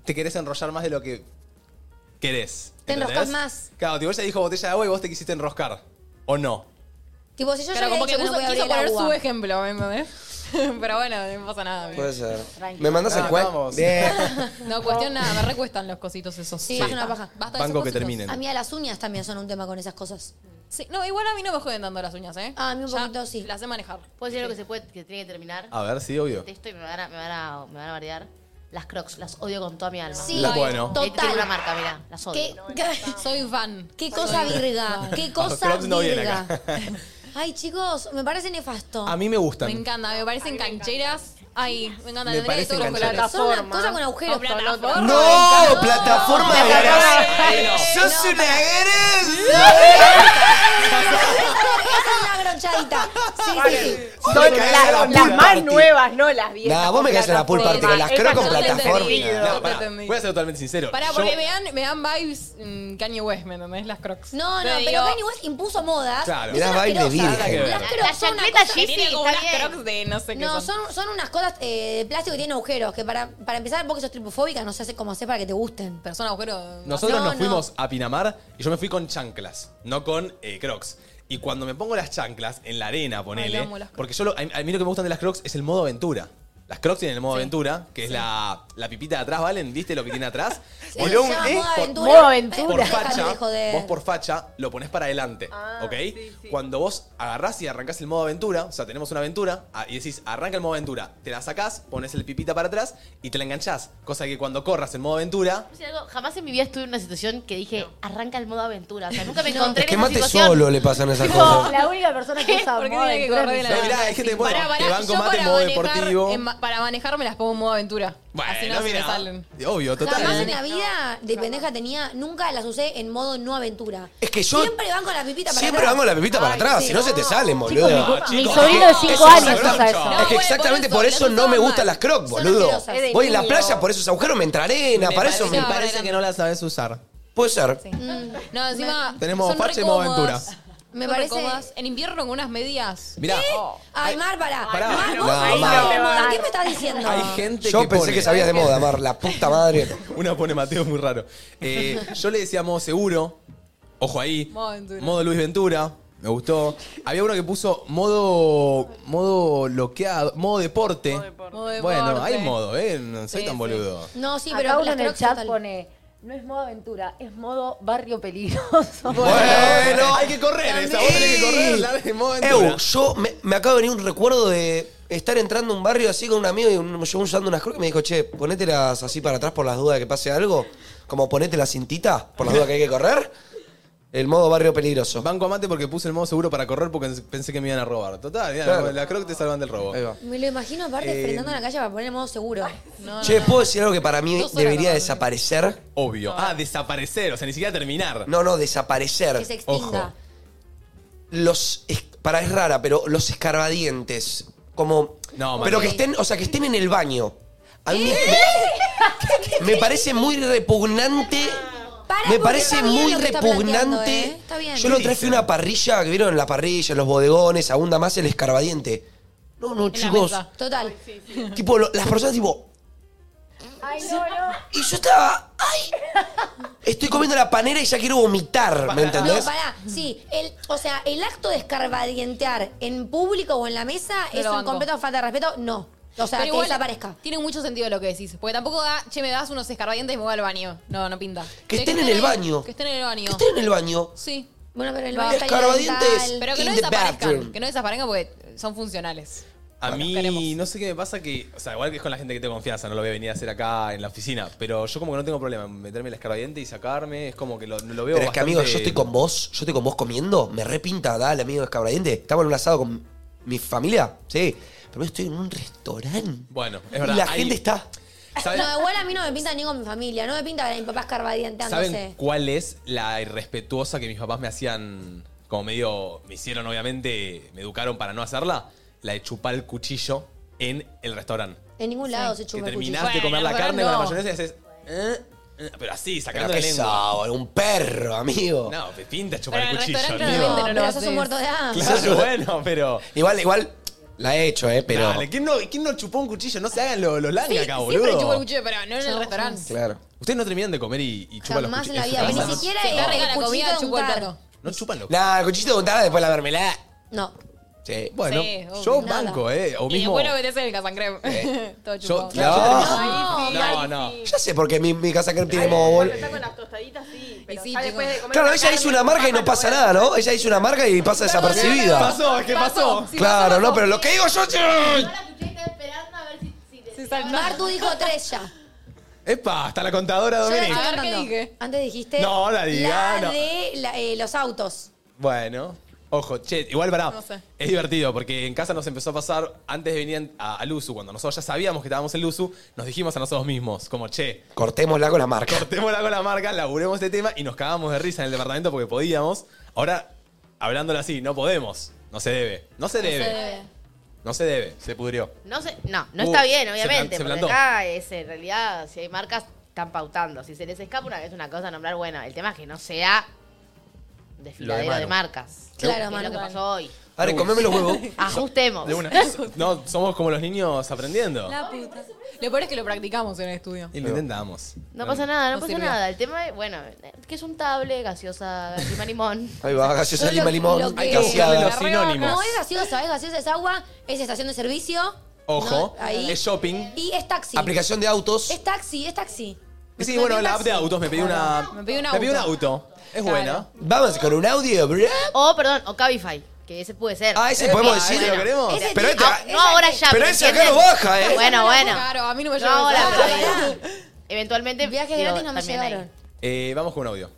te querés enrollar más de lo que querés. Te ¿entendés? enroscas más. Claro, tipo, ella dijo botella de agua y vos te quisiste enroscar. ¿O no? Tipo, si yo ya Pero le como he dicho que que no puso, voy a abrir quiso el poner su agua. ejemplo, ¿me entendés? Pero bueno, no pasa nada. amigo. Puede ser. Tranqui. ¿Me mandas No, el cuerpo? vamos. Bien. Pues- No, cuestión nada, me recuestan los cositos esos. Sí, es una paja. Basta Banco de esos que cositos. terminen. A mí a las uñas también son un tema con esas cosas. Sí, no, igual a mí no me joden dando las uñas, ¿eh? Ah, a mí un Ya poquito sí. Las sé manejar. ¿Puedo decir algo que se puede, que tiene que terminar? A ver, sí, obvio. Esto y me van a, me van a, me van a bardear. Las crocs, las odio con toda mi alma. Sí, La- bueno. Ahí Tengo una total. marca, mirá, las Este odio. Qué, Soy fan. qué cosa virga. Qué cosa Crocs no viene virga. acá. Ay, chicos, me parece nefasto. A mí me gustan. Me encanta, me parecen cancheras. Ay, me encanta, Me tendría de todos parecen los colores. cancheras. Son una cosa con agujeros. plataforma. ¡No! ¡Plataforma de eh, grasa! ¡Sos una grasa! Esa es la gronchadita. Sí, sí, sí. Son Me caes las- en la las pool más party. nuevas, no las viejas. Nah, vos me caes en la pool party, que las creo con plataforma. No, pará, voy a ser totalmente sincero. Pará, porque Yo- me, dan, me dan vibes mm, Kanye West, ¿me entendés? Las crocs. No, no, Te pero digo, Kanye West impuso modas. Claro. Y son Mirá, baile asquerosas. virgen. Nada que ver. Las La crocs son una chancleta cosa que tiene Yeezy como está unas bien. crocs de no sé qué No, son. son, son unas cosas eh, de plástico que tienen agujeros, que para, para empezar, vos que sos tripofóbica, no sé cómo hacer para que te gusten. Pero son agujeros... Nosotros No, nos no. fuimos a Pinamar y yo me fui con chanclas, no con eh, crocs. Y cuando me pongo las chanclas en la arena, ponele. amo las Crocs. porque yo lo, a, mí, a mí lo que me gustan de las crocs es el modo aventura. Las crocs tienen el modo aventura, que es la, la pipita de atrás, ¿valen? ¿Viste lo que tiene atrás? Sí, Voló se un- llama eh, moda por- aventura. modo aventura. por Déjate de facha, joder. vos por facha lo ponés para adelante, Ah, ¿ok? sí, sí. Cuando vos agarrás y arrancás el modo aventura, o sea, tenemos una aventura ah, y decís, arranca el modo aventura, te la sacás, pones el pipita para atrás y te la enganchás, cosa que cuando corras en modo aventura, Decir algo, Jamás en mi vida estuve en una situación que dije, arranca el modo aventura. O sea, nunca me encontré Es que en esa mate situación. solo le pasan esas No, cosas. la única persona que usa ¿Por qué modo tiene que aventura correr es la mi No, mamá. mirá, hay gente que pone Pará, pará, te banco yo mate en para modo manejar- deportivo. en ma- para manejar me las pongo en modo aventura. Así Bueno, no se me mira. salen. Obvio, Jamás en total. la vida de pendeja tenía, nunca las usé en modo no aventura. Es que yo- Siempre van con la pipita para Siempre atrás. vamos la pepita para Ay, atrás, sí, si no se te salen, boludo. mi- mi chicos, sobrino de eso cinco es años exacta- usa eso. Es que No, exactamente bueno, por por eso, eso las no usan me mal. gustan las Son crocs, boludo. asquerosas. Es de Voy en la niño. playa, por esos agujeros me entra arena, para eso me... parece- que no la sabes usar. Puede ser. No, encima. Tenemos son facha y re modo cómodas. aventura. Me Son re parece- cómodas. En invierno con unas medias. Mirá, Ay, Mar, pará. Pará. Mar, vos No, sabés Mar. de moda, ¿Qué me estás diciendo? hay gente Yo que pensé pone- que sabías de moda, Mar, la puta madre. Una pone Mateo muy raro. Eh, yo le decía modo seguro. Ojo ahí. Modo Ventura. Modo Luis Ventura. Me gustó. Había uno que puso modo. modo bloqueado. Modo deporte. Modo deporte. Bueno, hay modo, ¿eh? No soy Sí, tan sí. boludo. No, sí, Acá pero uno las en el crocs chat total. pone, no es modo aventura, es modo barrio peligroso. Bueno, hay que correr esa. Vos tenés que correr. La de modo aventura. Eu, yo me, me acaba de venir un recuerdo de estar entrando a un barrio así con un amigo y un- yo usando unas crocs y me dijo, che, ponételas así para atrás por las dudas de que pase algo. Como ponete la cintita por las dudas que hay que correr. El modo barrio peligroso. Banco amate porque puse el modo seguro para correr porque pensé que me iban a robar. Total, mirá, Claro. la creo que te salvan del robo. Me lo imagino aparte Eh, enfrentando a la calle para poner el modo seguro. No, Che, ¿puedo decir algo que para mí Dos horas debería nomás. desaparecer? Obvio. Ah, desaparecer, o sea, ni siquiera terminar. No, no, desaparecer. Que se extinga. Los. es- Para es rara, pero los escarbadientes. Como. No, pero Mati. que estén, o sea, que estén en el baño. A mí me, me parece muy repugnante. me porque parece está bien muy lo que está repugnante. planteando, ¿eh? Está bien. Yo lo traje a una parrilla, que vieron en la parrilla, en los bodegones, abunda más el escarbadiente. No, no, chicos. Total. Tipo, lo- las personas tipo. Ay, no, no. Y yo estaba. ¡Ay! Estoy comiendo la panera y ya quiero vomitar, ¿me entendés? No, pará. Sí, el, o sea, el acto de escarbadientear en público o en la mesa No es lo un banco. completo falta de respeto. No. O sea, Pero que igual desaparezca. Tiene mucho sentido lo que decís. Porque tampoco da, che, me das unos escarbadientes y me voy al baño. No, no pinta. Que Tiene estén en el baño. Que estén en el baño. Que estén en el baño. Sí. Bueno, pero el Va. baño está Escarbadientes ilegal. Pero que in no the desaparezcan. bathroom. Que no desaparezcan porque son funcionales. A mí, no sé qué me pasa que. O sea, igual que es con la gente que tengo confianza, no lo voy a venir a hacer acá en la oficina. Pero yo como que no tengo problema en meterme el escarbadiente y sacarme. Es como que lo, lo veo. Pero es que, amigo, yo estoy bastante- con vos, yo estoy con vos comiendo, me repinta, dale, amigo escabradiente. Estamos en un asado con mi familia, sí. Pero yo estoy en un restaurante. Bueno, es verdad. y la hay- gente está. ¿saben, No, igual a mí no me pinta ni con mi familia. No me pinta que mi papá escarbadienteándose. saben cuál es la irrespetuosa que mis papás me hacían? Como medio. Me hicieron, obviamente, me educaron para no hacerla. La de chupar el cuchillo en el restaurante. En ningún lado se Que chupa el cuchillo. terminás de comer la carne con la mayonesa y haces. "Eh, eh", pero así, Pero sacando qué la lengua. sábado, un perro, amigo. No, me pinta chupar Pero el en el cuchillo. restaurante amigo. obviamente no lo Pero sos haces. un muerto de hambre. Claro, bueno, pero. Igual, igual la he hecho, eh, pero. Dale, ¿quién no, quién no chupó un cuchillo? No se hagan los, los langa Sí, acá, boludo. siempre chupo el cuchillo, pero no en el restaurante. Claro. Ustedes no terminan de comer y, y chupan los Jamás en cuchillos. la vida. en su Ni casa. siquiera Se el, carga la cuchillo comida, de chupa el untar. plato. No chupan los Nah, el cuchillito de untada, después la mermelada. No. Sí. Bueno, Sí, obvio. yo Nada. banco, ¿eh? O Y mismo. Eh, después lo metes en el casancrem. Todo Yo, chupado. yo No. termino- no, no. Ya sé por qué mi, mi casa que tiene modo bol. Está con las tostaditas, sí. Pero sí, ya chicos. después de comer Claro, la ella carne, hizo una marca y no pasa nada, ¿no? Ella hizo una marca y pasa desapercibida. Pasó, es que pasó. Claro, no, pero lo que digo yo. Martu dijo tres ya. Epa, hasta la contadora Yo la estoy Dominique. cantando. Antes dijiste. No, la diga, La no. de la- eh, los autos. Bueno. Ojo, che, igual pará. No sé. Es divertido porque en casa nos empezó a pasar, antes de venir a- al USU, cuando nosotros ya sabíamos que estábamos en el USU, nos dijimos a nosotros mismos, como, che, Cortémosla con la marca. Cortémosla con la marca, laburemos este tema y nos cagamos de risa en el departamento porque podíamos. Ahora, hablándolo así, no podemos. No se debe. No se debe. No se debe. Se pudrió. No, sé, no, no Uh, está bien, se plan- obviamente. se porque plantó. acá es, en realidad, si hay marcas, están pautando. Si se les escapa una vez una cosa, nombrar buena. El tema es que no sea desfiladero de, Manu. marcas. Claro, Que es Manu. lo que pasó hoy. Ahora, comeme los huevos. Ajustemos. De una. No, somos como los niños aprendiendo. La puta. Lo peor es que lo practicamos en el estudio. Y lo intentamos. No pasa nada, no, No pasa sirvió. nada. El tema es, bueno, eh, que es un table, gaseosa, lima limón. Ahí va, gaseosa lima lo limón. que- buscarle los Gaseada. sinónimos. No es gaseosa, es gaseosa, es agua, es estación de servicio Ojo, No, ahí. es shopping. y es taxi. Aplicación de autos. Es taxi, es taxi. Y sí, Me bueno, pedí la un app de taxi. autos me pedí una. Me pedí un Me pedí un auto. auto. Es Claro. buena. Vamos con un audio, bro. O, perdón, o Cabify, que ese puede ser. Ah, ese podemos ¿Ese decir. lo queremos? Ese Pero tipo- este- Ah, no ahora ya. Pero ¿me ese acá entienden? lo baja, ¿eh? Bueno, bueno. Claro, a mí no me No llega. ahora, esa pero idea. Eventualmente. Viajes digo, gratis no me también hay. llegaron. Eh, vamos con un audio.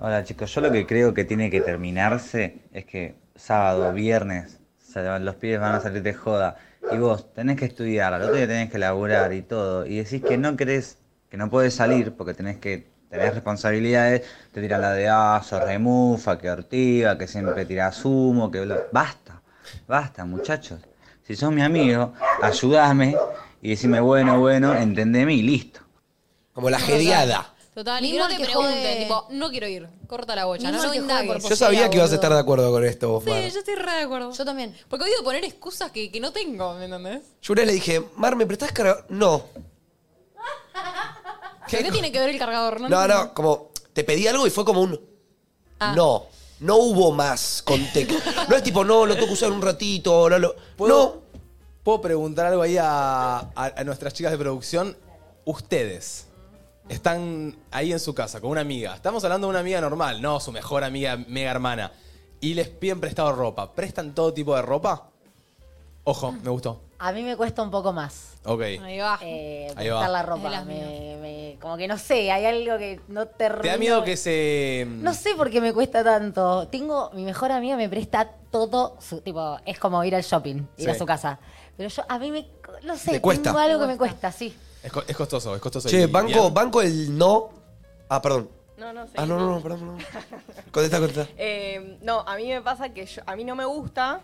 Hola chicos, yo lo que creo que tiene que terminarse es que sábado, viernes, se van- los pibes van a salir de joda y vos tenés que estudiar, al otro día tenés que laburar y todo, y decís que no querés, que no podés salir porque tenés que tener responsabilidades, te tiran la de aso, remufa, que ortiga, que siempre tirás humo, que... bla- Basta, basta muchachos, si sos mi amigo, ayudame y decime bueno, bueno, entendeme y listo. Como la jeriada. Total, y que Mismo no el te que pregunten, jode. tipo, no quiero ir, corta la bocha, Mismo no, el no que indague. jode por Yo sabía que ibas a estar de acuerdo con esto, vos, Mar. Sí, yo estoy re de acuerdo. Yo también. Porque odio poner excusas que, que no tengo, ¿me entendés? Yo una vez le dije, Mar, ¿me prestás cargador? No. ¿Qué, ¿Qué tiene que ver el cargador? No, no, como te pedí algo y fue como un no. No hubo más contexto. No es tipo, no, lo tengo que usar un ratito. No, lo- no. ¿Puedo, puedo preguntar algo ahí a, a- a nuestras chicas de producción? Ustedes están ahí en su casa con una amiga. Estamos hablando de una amiga normal, no su mejor amiga, mega hermana. Y les piden prestado ropa. ¿Prestan todo tipo de ropa? Ojo, me gustó. A mí me cuesta un poco más. Ok. Ahí Ah. va. Eh, Ahí va. cortar la Es ropa. Me- me- como que no sé, hay algo que no ¿Te da miedo que se. mm, No sé por qué me cuesta tanto. Tengo, mi mejor amiga me presta todo su, tipo, es como ir al shopping, ir Sí. a su casa. Pero yo, a mí me, no sé, Te cuesta. tengo algo que me cuesta, sí. Es, co- es costoso, es costoso. Che, Y- banco, bien. banco el no. Ah, perdón. No, no, sé. Ah, no, no, no, perdón, perdón. Contesta, contesta. Eh, no, a mí me pasa que yo- a mí no me gusta.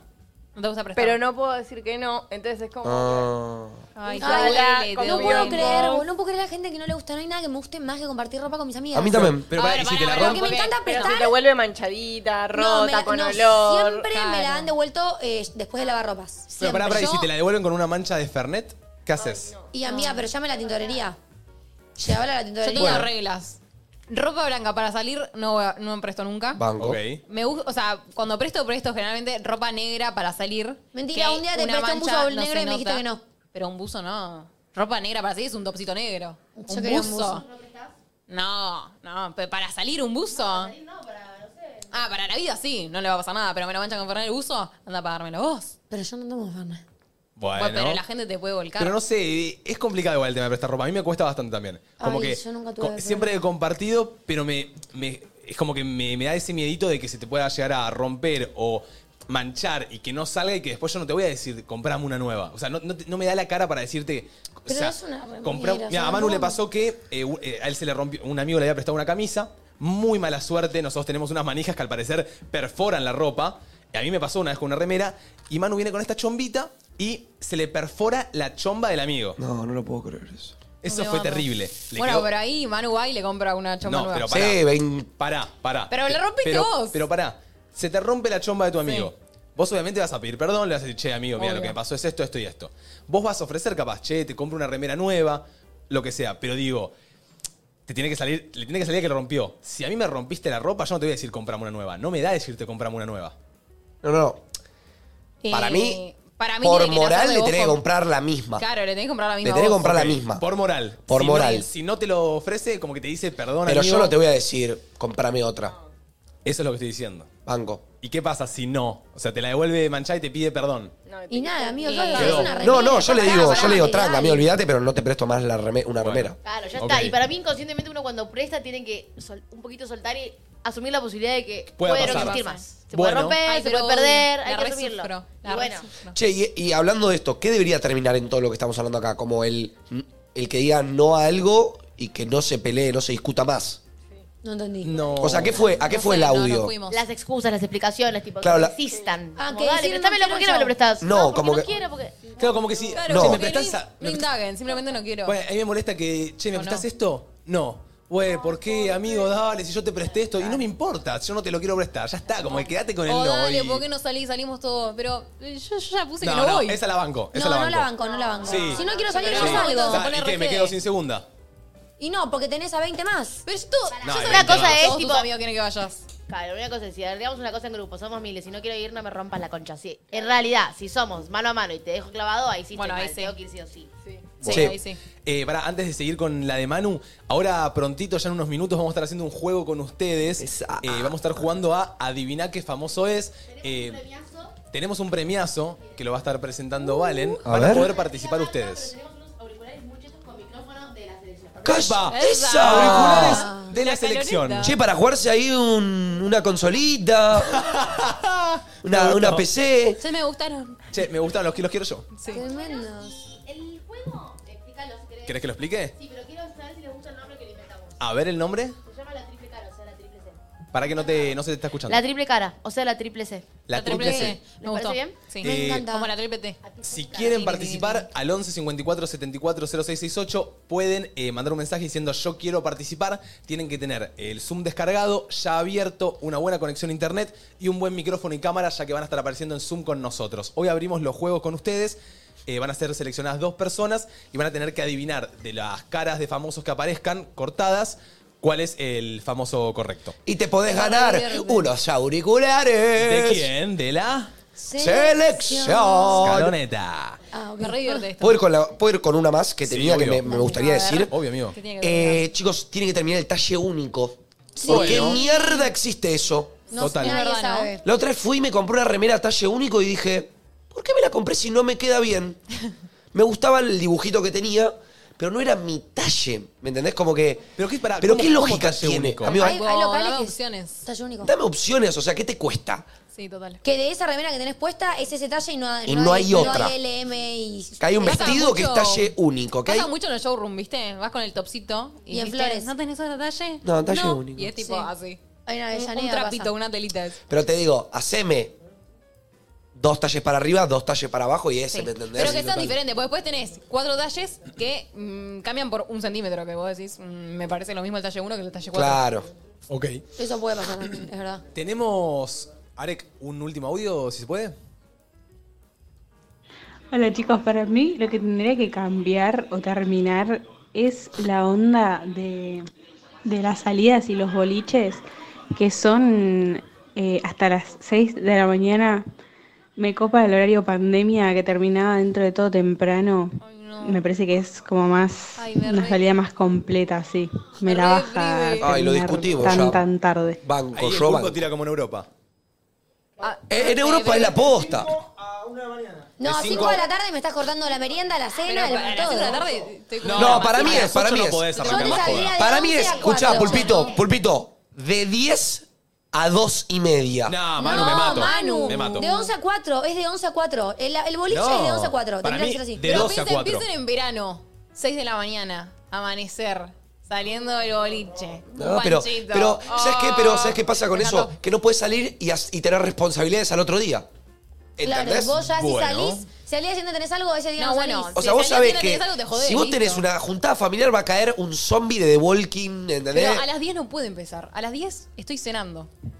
No te gusta prestar. Pero no puedo decir que no, entonces es como... Ah. Ah. Ay, Un sala, duele, con no mi puedo banco. creer, boludo, no puedo creer la gente que no le gusta. No hay nada que me guste más que compartir ropa con mis amigas. A mí también. Pero pará, y si te la Lo que rompo. me encanta Pero prestar. se te vuelve manchadita, No, me rota, la- con no, olor. Siempre me la han devuelto eh, después de lavar ropas. Pero Siempre. pará, pará, y Yo- si te la devuelven con una mancha de Fernet, ¿qué haces? Y amiga, pero llame a la tintorería. Llegaba a la Yo tintorería. tengo reglas. Ropa blanca para salir no, no presto nunca. Banco. Me gusta, o sea, cuando presto, presto generalmente ropa negra para salir. Mentira, que un día te una presté un mancha buzo no negro se y me dijiste nota. que no. Pero un buzo no. Ropa negra para salir es un topsito negro. Yo un, quería un buzo. buzo. No, no, pe- para salir un buzo. Ah, para la vida sí, no le va a pasar nada, pero me lo manchan con Fernet el buzo, anda a pagármelo vos. Pero yo no tomo Fernet. Bueno. pero la gente te puede volcar. Pero no sé, es complicado igual el tema de prestar ropa. A mí me cuesta bastante también. Como Ay, que yo nunca tuve co- problema. siempre he compartido, pero me, me- es como que me, me da ese miedito de que se te pueda llegar a romper o manchar y que no salga y que después yo no te voy a decir, comprame una nueva. O sea, no, no te- no me da la cara para decirte... o Pero sea, es una remera, comprá- o sea, Mira, a Manu no. le pasó que eh, u- eh, a él se le rompió, un amigo le había prestado una camisa, muy mala suerte, nosotros tenemos unas manijas que al parecer perforan la ropa. Y A mí me pasó una vez con una remera y Manu viene con esta chombita y se le perfora la chomba del amigo. No, no lo puedo creer eso. Eso fue terrible. Le bueno, quedó- pero ahí Manu va y le compra una chompa no, nueva. pero pará. Pará, pará. Pero la rompiste Pero- vos. Pero pará. Se te rompe la chomba de tu amigo. Vos obviamente vas a pedir perdón, le vas a decir, che, amigo, mira, Obvio. lo que me pasó es esto, esto y esto. Vos vas a ofrecer capaz, che, te compro una remera nueva, lo que sea. Pero digo, te tiene que salir, le tiene que salir que lo rompió. Si a mí me rompiste la ropa, yo no te voy a decir comprame una nueva. No me da decirte comprame una nueva. No, no, no. Eh, Para mí, para mí por tiene que nacer moral de le vos tenés que con- comprar la misma. Claro, le tenés que comprar la misma. Le tenés que vos. comprar la Ok, misma. Por moral. Por Si no- moral. si no te lo ofrece, como que te dice, perdón, Pero yo amigo". no te voy a decir, comprame otra. Eso es lo que estoy diciendo. Banco. ¿Y qué pasa si no? O sea, te la devuelve manchada y te pide perdón. Y nada, amigo, yo Sí. es Quedó. una remera. No, no, yo le Ah, pará, digo, pará, yo le digo, dale, tranca, dale. amigo, olvídate, pero no te presto más la reme- una remera. Claro, ya Ok. está. Y para mí, inconscientemente, uno cuando presta tiene que sol- un poquito soltar y asumir la posibilidad de que Pueda puede pasar. no existir más. Se Bueno. puede romper, Ay, se pero puede perder, la hay que re asumirlo. sufro, la Y re bueno, Che, y, y hablando de esto, ¿qué debería terminar en todo lo que estamos hablando acá? Como el, el que diga no a algo y que no se pelee, no se discuta más. No entendí. Oh. No. O sea, ¿qué fue, ¿a qué fue el audio? No, las excusas, las explicaciones, tipo, Claro, que la- existan. Ah, Como, que dale, decir, no préstamelo, quiero, ¿por qué no me chao. lo prestás? como que. quiero, porque... Claro, como que si, Claro, no, che, me pero prestás no- a- No me indaguen, simplemente no quiero. Bueno, a mí me molesta que, che, ¿me prestás esto? No. Güey, ¿por qué, amigo? Dale, si yo te presté esto. Y no me importa, yo no te lo quiero prestar. Ya está, como que quedate con el o no. dale, y- ¿por qué no salí? Salimos todos. Pero eh, yo, yo ya puse no, que no, no, voy. esa la banco. Esa No, la no banco. la banco, no la banco. Sí. Si no quiero salir, Sí. no salgo. Da, ¿Y qué? ¿Me quedo sin segunda? Y no, porque tenés a 20 más. Pero tú. No, hay Yo sé una 20 más. cosa es, Todos tipo... tus amigos quieren que vayas. Claro, una cosa es, si arreglamos una cosa en grupo, somos miles, si no quiero ir, no me rompas la concha. Sí, en realidad, si somos mano a mano y te dejo clavado, ahí sí Bueno, estoy ahí mal, sí. tengo que ir sí o sí. Che, eh, pará, antes de seguir con la de Manu, ahora prontito, ya en unos minutos, vamos a estar haciendo un juego con ustedes. Eh, vamos a estar jugando a Adivina qué famoso es. Eh, Tenemos un premiazo que lo va a estar presentando Valen. A Van a ver. poder participar ustedes. ¡Calla! ¡Esa! Ah, Auriculares de la selección. Che, para jugarse ahí un- una consolita, una, una PC. Se me gustaron. Che, me gustan los que los quiero yo. Sí. Tremendos. El juego, explícalo si querés. ¿Querés que lo explique? Sí, pero quiero saber si les gusta el nombre que le inventamos. A ver el nombre, Se llama la triple cara, o sea, la triple C. para que no, te, no se te está escuchando. La triple cara, o sea, la triple C. La La triple E. E. triple C. C. ¿Les parece bien? Sí. Me Eh, encanta. Como la triple T. Si quieren participar al 11 54 74 0668, pueden eh, mandar un mensaje diciendo yo quiero participar. Tienen que tener el Zoom descargado, ya abierto, una buena conexión a internet y un buen micrófono y cámara, ya que van a estar apareciendo en Zoom con nosotros. Hoy abrimos los juegos con ustedes. Eh, van a ser seleccionadas dos personas y van a tener que adivinar de las caras de famosos que aparezcan cortadas cuál es eh, el famoso correcto. Y te podés ganar unos auriculares. ¿De quién? ¿De la? Selección. Escaloneta. Ah, Me re divierte esto. ¿Puedo ir, con la- puedo ir con una más que Sí, tenía que obvio. me, me gustaría A ver. decir? Obvio, amigo. ¿Qué tiene que ver? Eh, chicos, tiene que terminar el talle único. Sí. ¿Por qué Bueno. mierda existe eso? No, Total. nadie Es verdad, ¿no? sabe. La otra vez fui y me compré una remera talle único y dije, ¿por qué me la compré si no me queda bien? Me gustaba el dibujito que tenía, pero no era mi talle. ¿Me entendés? Como que. Pero qué, para, pero ¿cómo- qué cómo lógica talle tiene. único? Amigo, Hay, hay locales dame que opciones. Talle único. dame opciones, o sea, ¿qué te cuesta? Sí, total. Que de esa remera que tenés puesta es ese talle y no, Y no hay otra. No hay LM y... Que hay un Pasa vestido que es mucho- talle único, ¿ok? Pasa mucho en el showroom, ¿viste? Vas con el topsito y, Y en ¿viste? flores. ¿No tenés otra talle? No, talle único. Y es tipo Sí. así. Hay una Un, avellaneda, un trapito, pasa. una telita. es. Pero te digo, haceme dos talles para arriba, dos talles para abajo y ese, Sí. ¿me entendés? Pero que Sí, sean total. diferentes, porque después tenés cuatro talles que mm, cambian por un centímetro, que vos decís, mm, me parece lo mismo el talle 1 que el talle 4. Ok. Eso puede pasar también, es verdad. ¿Tenemos, Arek, un último audio, si se puede? Hola chicos, para mí lo que tendría que cambiar o terminar es la onda de, de las salidas y los boliches que son eh, hasta las 6 de la mañana. Me copa el horario pandemia que terminaba dentro de todo temprano. Me parece que es como más una salida más completa, sí. Me, la baja. prive. Ay, lo terminar discutimos tan, ya. tan tarde. Banco, Ahí el yo pulpo banco. tira como en Europa. Ah, Eh, En Europa es la posta. No, De a 5 cinco- de la tarde me estás cortando la merienda, la Pero cena, el, para las todo. cinco de la tarde estoy No, como- para sí, mí a es, las para ocho mí no es. podés arrancar Yo te más sabría joda. de Para mí once es, a cuatro, escuchá, pulpito, ¿no? pulpito, de 10 a 2 y media. Ah, No, Manu, me mato. Manu, Me mato. de 11 a 4, es de 11 a 4. El, el boliche No, es de 11 a 4. para Tendría que mí, ser así. de Pero 12 a piensen, 4. piensen en verano, 6 de la mañana, amanecer, saliendo del boliche. No, un pero, panchito. pero, ¿sabes qué? Pero, ¿sabes qué pasa Ah. con Me eso? Que no puedes salir y, as- y tener responsabilidades al otro día. Claro, ¿Entendés? vos ya Bueno. si salís, si al día siguiente tenés algo, ese día No, no, bueno, salís. O sea, vos si al sabés día que tenés algo, te jodés, si vos listo. tenés una juntada familiar va a caer un zombie de The Walking, ¿entendés? Pero a las 10 no puedo empezar. A las 10 estoy cenando. Bueno.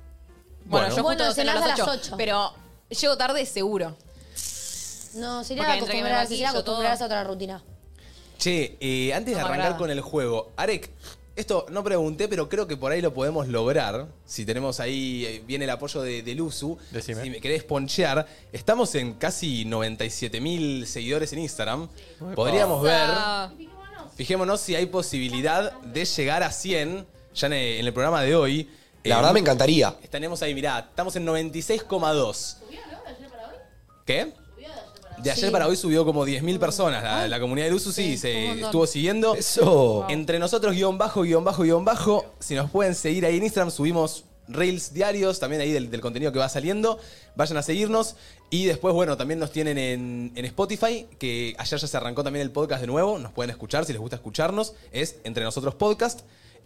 Bueno, yo Bueno, justo ceno cenás a las ocho, ocho. Pero llego tarde seguro. No, sería Porque entre que me acostumbrarse, sería maquillo, acostumbrarse todo. a otra rutina. Che, eh, antes de No me arrancar agrada. con el juego, Arek, esto no pregunté, pero creo que por ahí lo podemos lograr. Si tenemos ahí, eh, viene el apoyo de, de Luzu. Decime. Si me querés ponchear, estamos en casi 97 mil seguidores en Instagram. Podríamos ver, Pasa. fijémonos si hay posibilidad de llegar a 100 ya en el, en el programa de hoy. La Eh, verdad me encantaría. Estaremos ahí, mirá, estamos en 96,2. ¿Qué? De ayer Sí. para hoy subió como 10.000 personas. La, la comunidad de Luzu sí, se montón. estuvo siguiendo. Eso. Entre nosotros, guión bajo, guión bajo, guión bajo. Si nos pueden seguir ahí en Instagram, subimos reels diarios, también ahí del, del contenido que va saliendo. Vayan a seguirnos. Y después, bueno, también nos tienen en, en Spotify, que ayer ya se arrancó también el podcast de nuevo. Nos pueden escuchar si les gusta escucharnos. Es Entre Nosotros Podcast.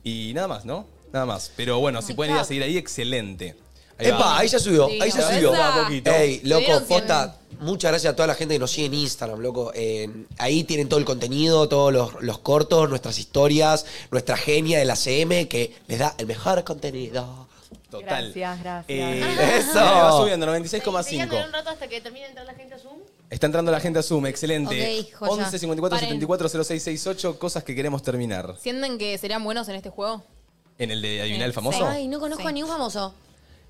Y nada más, ¿no? Nada más. Pero bueno, si pueden ir a seguir ahí, excelente. Epa, va. ahí ya subió, ahí ya subió. Va a poquito. Ey, loco, Subieron cien posta, muchas gracias a toda la gente que nos sigue en Instagram, loco. En- ahí tienen todo el contenido, todos los, los cortos, nuestras historias, nuestra genia de la CM que les da el mejor contenido. Total. Gracias, gracias. Eh, Eso. Va subiendo, Seguían 96,5. un rato hasta que termine de entrar la gente a Zoom. Está entrando la gente a Zoom, excelente. Ok, joya. 11 54 Paren. 74 0668, cosas que queremos terminar. ¿Sienten que serían buenos en este juego? En el de adivinar el famoso. Ay, no conozco a ningún famoso.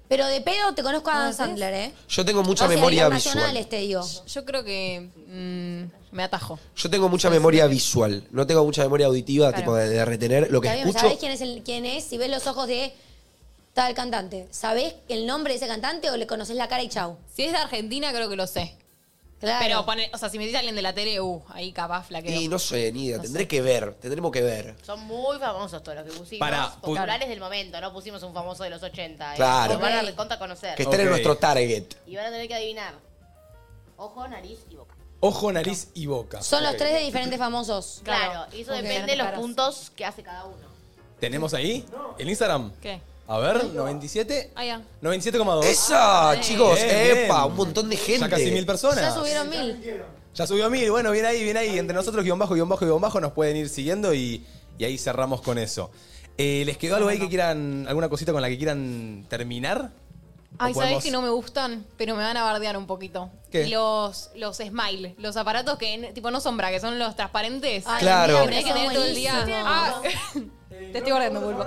Pero de pedo te conozco a Adam Sandler, ¿eh? Yo tengo mucha O sea, memoria visual. internacionales, te digo. Yo creo que mm, me atajo. Yo tengo mucha memoria visual, no tengo mucha memoria auditiva, Claro. tipo de, de retener lo que Está bien, escucho. ¿Sabés quién es, el, quién es? Si ves los ojos de tal cantante, ¿sabés el nombre de ese cantante o le conocés la cara y chau? Si es de Argentina, creo que lo sé. Claro. Pero, pone, o sea, si me dice alguien de la tele, uh, ahí capaz flaqueo. Y no sé, ni idea, No tendré que ver, tendremos que ver. Son muy famosos todos los que pusimos. Pará, Para, pu- populares del momento, no pusimos un famoso de los 80. ¿eh? Claro. Los Van a Ok. recontra conocer. Que estén en Ok. nuestro target. Y van a tener que adivinar. Ojo, nariz y boca. Ojo, nariz y boca. Son los Ok. tres de diferentes famosos. Claro, y eso Ok. depende de los puntos que hace cada uno. ¿Tenemos ahí? ¿En Instagram? ¿Qué? A ver, 97. Ah, ya. 97,2. Esa, chicos, Bien, epa, bien. un montón de gente. Ya casi mil personas. Ya subieron mil. Ya subió mil, bueno, bien ahí, bien ahí. Entre nosotros, guión bajo, guión bajo, guión bajo, nos pueden ir siguiendo y, y ahí cerramos con eso. Eh, ¿Les quedó algo ahí que quieran, alguna cosita con la que quieran terminar? Ay, ¿O podemos- sabés que no me gustan, pero me van a bardear un poquito. ¿Qué? Los, los smile, los aparatos que n- tipo no son bra, que son los transparentes. Ay, Claro. Que tenés que tener todo el día. buenísimos. Ah, te estoy guardando, pulpo.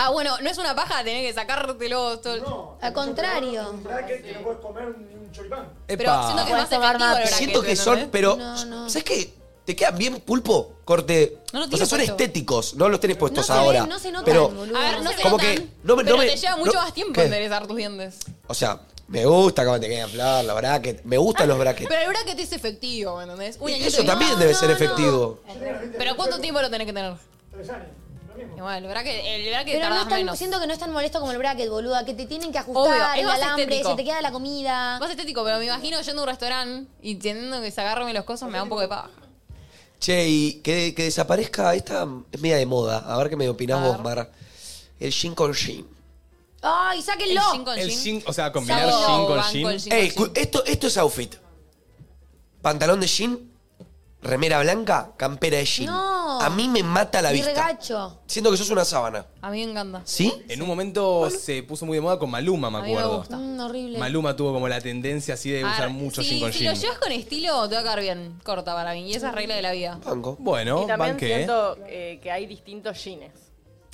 Ah, bueno, no es una paja tener que sacártelo todo el... Al contrario. Epa. Pero siento que es Puedes tomar más efectivo mate. el bracket, Siento que ¿entendés? son, pero. ¿Sabes qué? ¿Te quedan bien pulpo? Corte. No lo o sea, tiene son puesto. estéticos, no los tenés puestos se ahora. ven, no se notan, pero, boludo. A ver, no se como notan, que. No, me- pero no me- te lleva no- mucho más tiempo ¿qué? enderezar tus dientes. O sea, Me gusta cómo te quedan flor, los brackets. Me gustan los brackets. Pero el bracket es efectivo, ¿me entendés? Un añito Eso y- también No, debe no, ser no. efectivo. Pero ¿cuánto tiempo lo tenés que tener? Tres años. Igual, el bracket, el bracket Pero no tardás es tan- menos. siento que no es tan molesto como el bracket, boluda, que te tienen que ajustar Obvio, es el más alambre, estético. se te queda la comida. Más estético, pero me imagino yendo a un restaurante y teniendo que sacarme los cosas me da un poco de paja. Che, y que, que desaparezca, esta es media de moda. A ver qué me opinás vos, Mar. El shin con shin. ¡Ay, sáquenlo! El jean, o sea, combinar Sábado jean con banco jean. el Ey, cu- esto, esto es outfit. Pantalón de jean, remera blanca, campera de jean. No. A mí me mata la Mi vista. regacho. Siento que sos una sábana. A mí me encanta. ¿Sí? En un momento se puso muy de moda con Maluma, me A mí me acuerdo. gusta. Mm, horrible. Maluma tuvo como la tendencia así de A usar ver, mucho Ah, sí, jean con si jean. lo llevas con estilo, te va a quedar bien. Corta para mí. Y esa es regla de la vida. Bueno, Y también banqué. siento eh, que hay distintos jeans.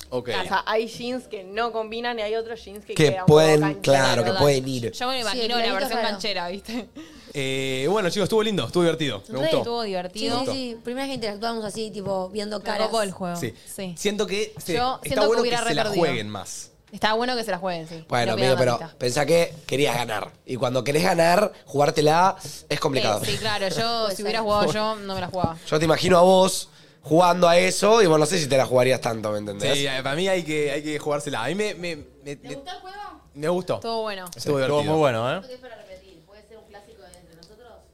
Ok. O sea, hay jeans que no combinan y hay otros jeans que, Que quedan un pueden, poco canchera, claro, que ¿verdad? pueden ir. Yo me lo Sí, el imagino la clarito versión raro. canchera, ¿viste? Eh, bueno, chicos, estuvo lindo, estuvo divertido. Me Re, gustó. estuvo Me divertido. Sí, gustó. sí, sí. Primera vez que interactuamos así, tipo, viendo caras. copó el juego. Sí. Siento que se- Yo siento está que bueno que, hubiera se la reperdido. jueguen más. Está bueno que se la jueguen, sí. Bueno, No amigo, pierdan pero la pista. pensá que querías ganar. Y cuando querés ganar, jugártela es complicado. Sí, claro, yo si hubiera jugado yo, no me la jugaba. Yo te imagino a vos jugando a eso y vos no sé si te la jugarías tanto, ¿me entendés? Sí, eh, para mí hay que, hay que jugársela. A mí me. me, me- me- me gustó. Todo bueno. Estuvo Sí, divertido. estuvo muy bueno, ¿eh?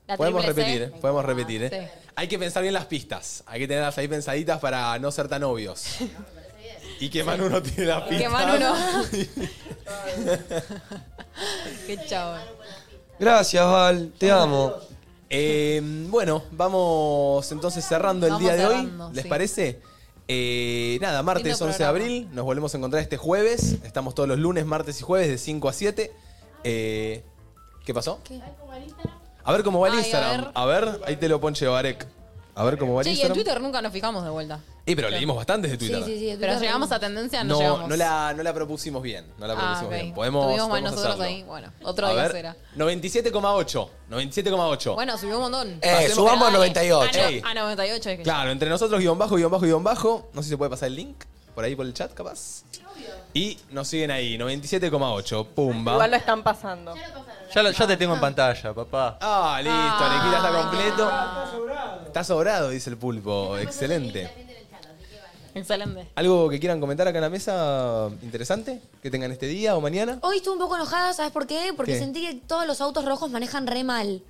La Podemos triple C. Ah, repetir, eh, podemos repetir. eh. Sí. Hay que pensar bien las pistas. Hay que tenerlas ahí pensaditas para no ser tan obvios. Y que Manu no tiene las pistas. Que Manu no. Qué chavo. Gracias, Val. Te amo. Eh, bueno, vamos entonces cerrando el Vamos día de cerrando, hoy. ¿Les sí. parece? Eh, nada, martes Lindo 11 programa. de abril. Nos volvemos a encontrar este jueves. Estamos todos los lunes, martes y jueves de 5 a 7. Eh, ¿Qué pasó? A ver cómo va el Ay, a Instagram. A ver, ahí te lo poncheo, Arek. A ver cómo va el Che, y en Instagram. Twitter nunca nos fijamos de vuelta. Eh, pero leímos bastantes de Twitter. Pero llegamos a tendencia, no, No, llegamos. no la, no la propusimos bien. No la Ah, propusimos ok. bien. Podemos. Tuvimos mal podemos nosotros hacerlo. ahí. Bueno, otro a día ver, será. 97,8. 97,8. Bueno, subió un montón. Eh, subamos a 98. A, no- Ey. a 98 es que Claro, entre nosotros, guión bajo, guión bajo, guión bajo. No sé si se puede pasar el link por ahí por el chat, capaz. Y nos siguen ahí, 97,8. Pumba. Igual lo están pasando. Ya, lo- ya te tengo en pantalla, papá. Ah, listo, Alequita Ah. está completo. Está sobrado, dice el pulpo. Excelente. Excelente. ¿Algo que quieran comentar acá en la mesa interesante? Que tengan este día o mañana. Hoy estuve un poco enojada, ¿sabes por qué? Porque ¿Qué? sentí que todos los autos rojos manejan re mal.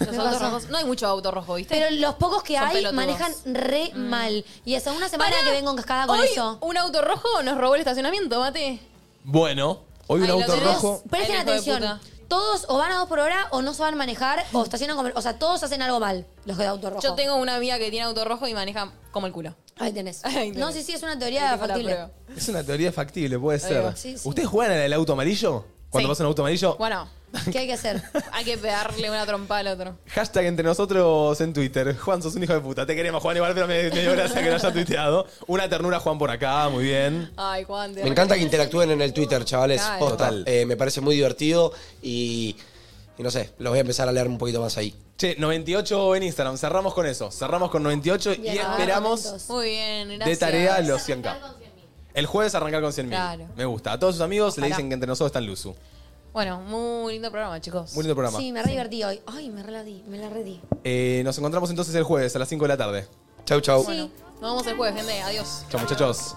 Los Me autos pasó. rojos. No hay mucho auto rojo, ¿viste? Pero los pocos que Son hay pelotudos. Mm. manejan re mal. Y hace una semana Pará, que vengo encascada con hoy eso. Un auto rojo nos robó el estacionamiento, mate. Bueno, hoy un Ahí lo auto tenés. rojo. Presten el hijo de atención. puta. Todos o van a dos por hora o no saben manejar o estacionan como... O sea, todos hacen algo mal, los de auto rojo. Yo tengo una amiga que tiene auto rojo y maneja como el culo. Ahí tenés. Ahí tenés. No, sí, sí, es una Ahí teoría tengo la factible. prueba. Es una teoría factible, puede Ahí ser. va. Sí, sí. ¿Ustedes juegan al auto amarillo? Cuando Sí. pasa un auto amarillo. Bueno, ¿Qué hay que hacer? hay que pegarle una trompa al otro. Hashtag entre nosotros en Twitter. Juan, sos un hijo de puta. Te queremos, Juan, igual, pero me, me dio gracia que lo haya tuiteado. Una ternura, Juan, por acá. Muy bien. Ay, Juan, te Me encanta que interactúen en el Twitter, chavales. Claro. Posta. Total. Eh, me parece muy divertido y, y no sé, los voy a empezar a leer un poquito más ahí. Che, 98 en Instagram. Cerramos con eso. Cerramos con 98 y esperamos Muy bien, gracias. de tarea los 100k. El jueves arrancar con 100.000. Claro. Me gusta. A todos sus amigos Ojalá. le dicen que entre nosotros está en Luzu. Bueno, muy lindo programa, chicos. Muy lindo programa. Sí, me re divertí hoy. Ay, me re la di, me la re di. Eh, nos encontramos entonces el jueves a las 5 de la tarde. Chau, chau. Sí. Nos vemos el jueves, gente. Adiós. Chau, muchachos.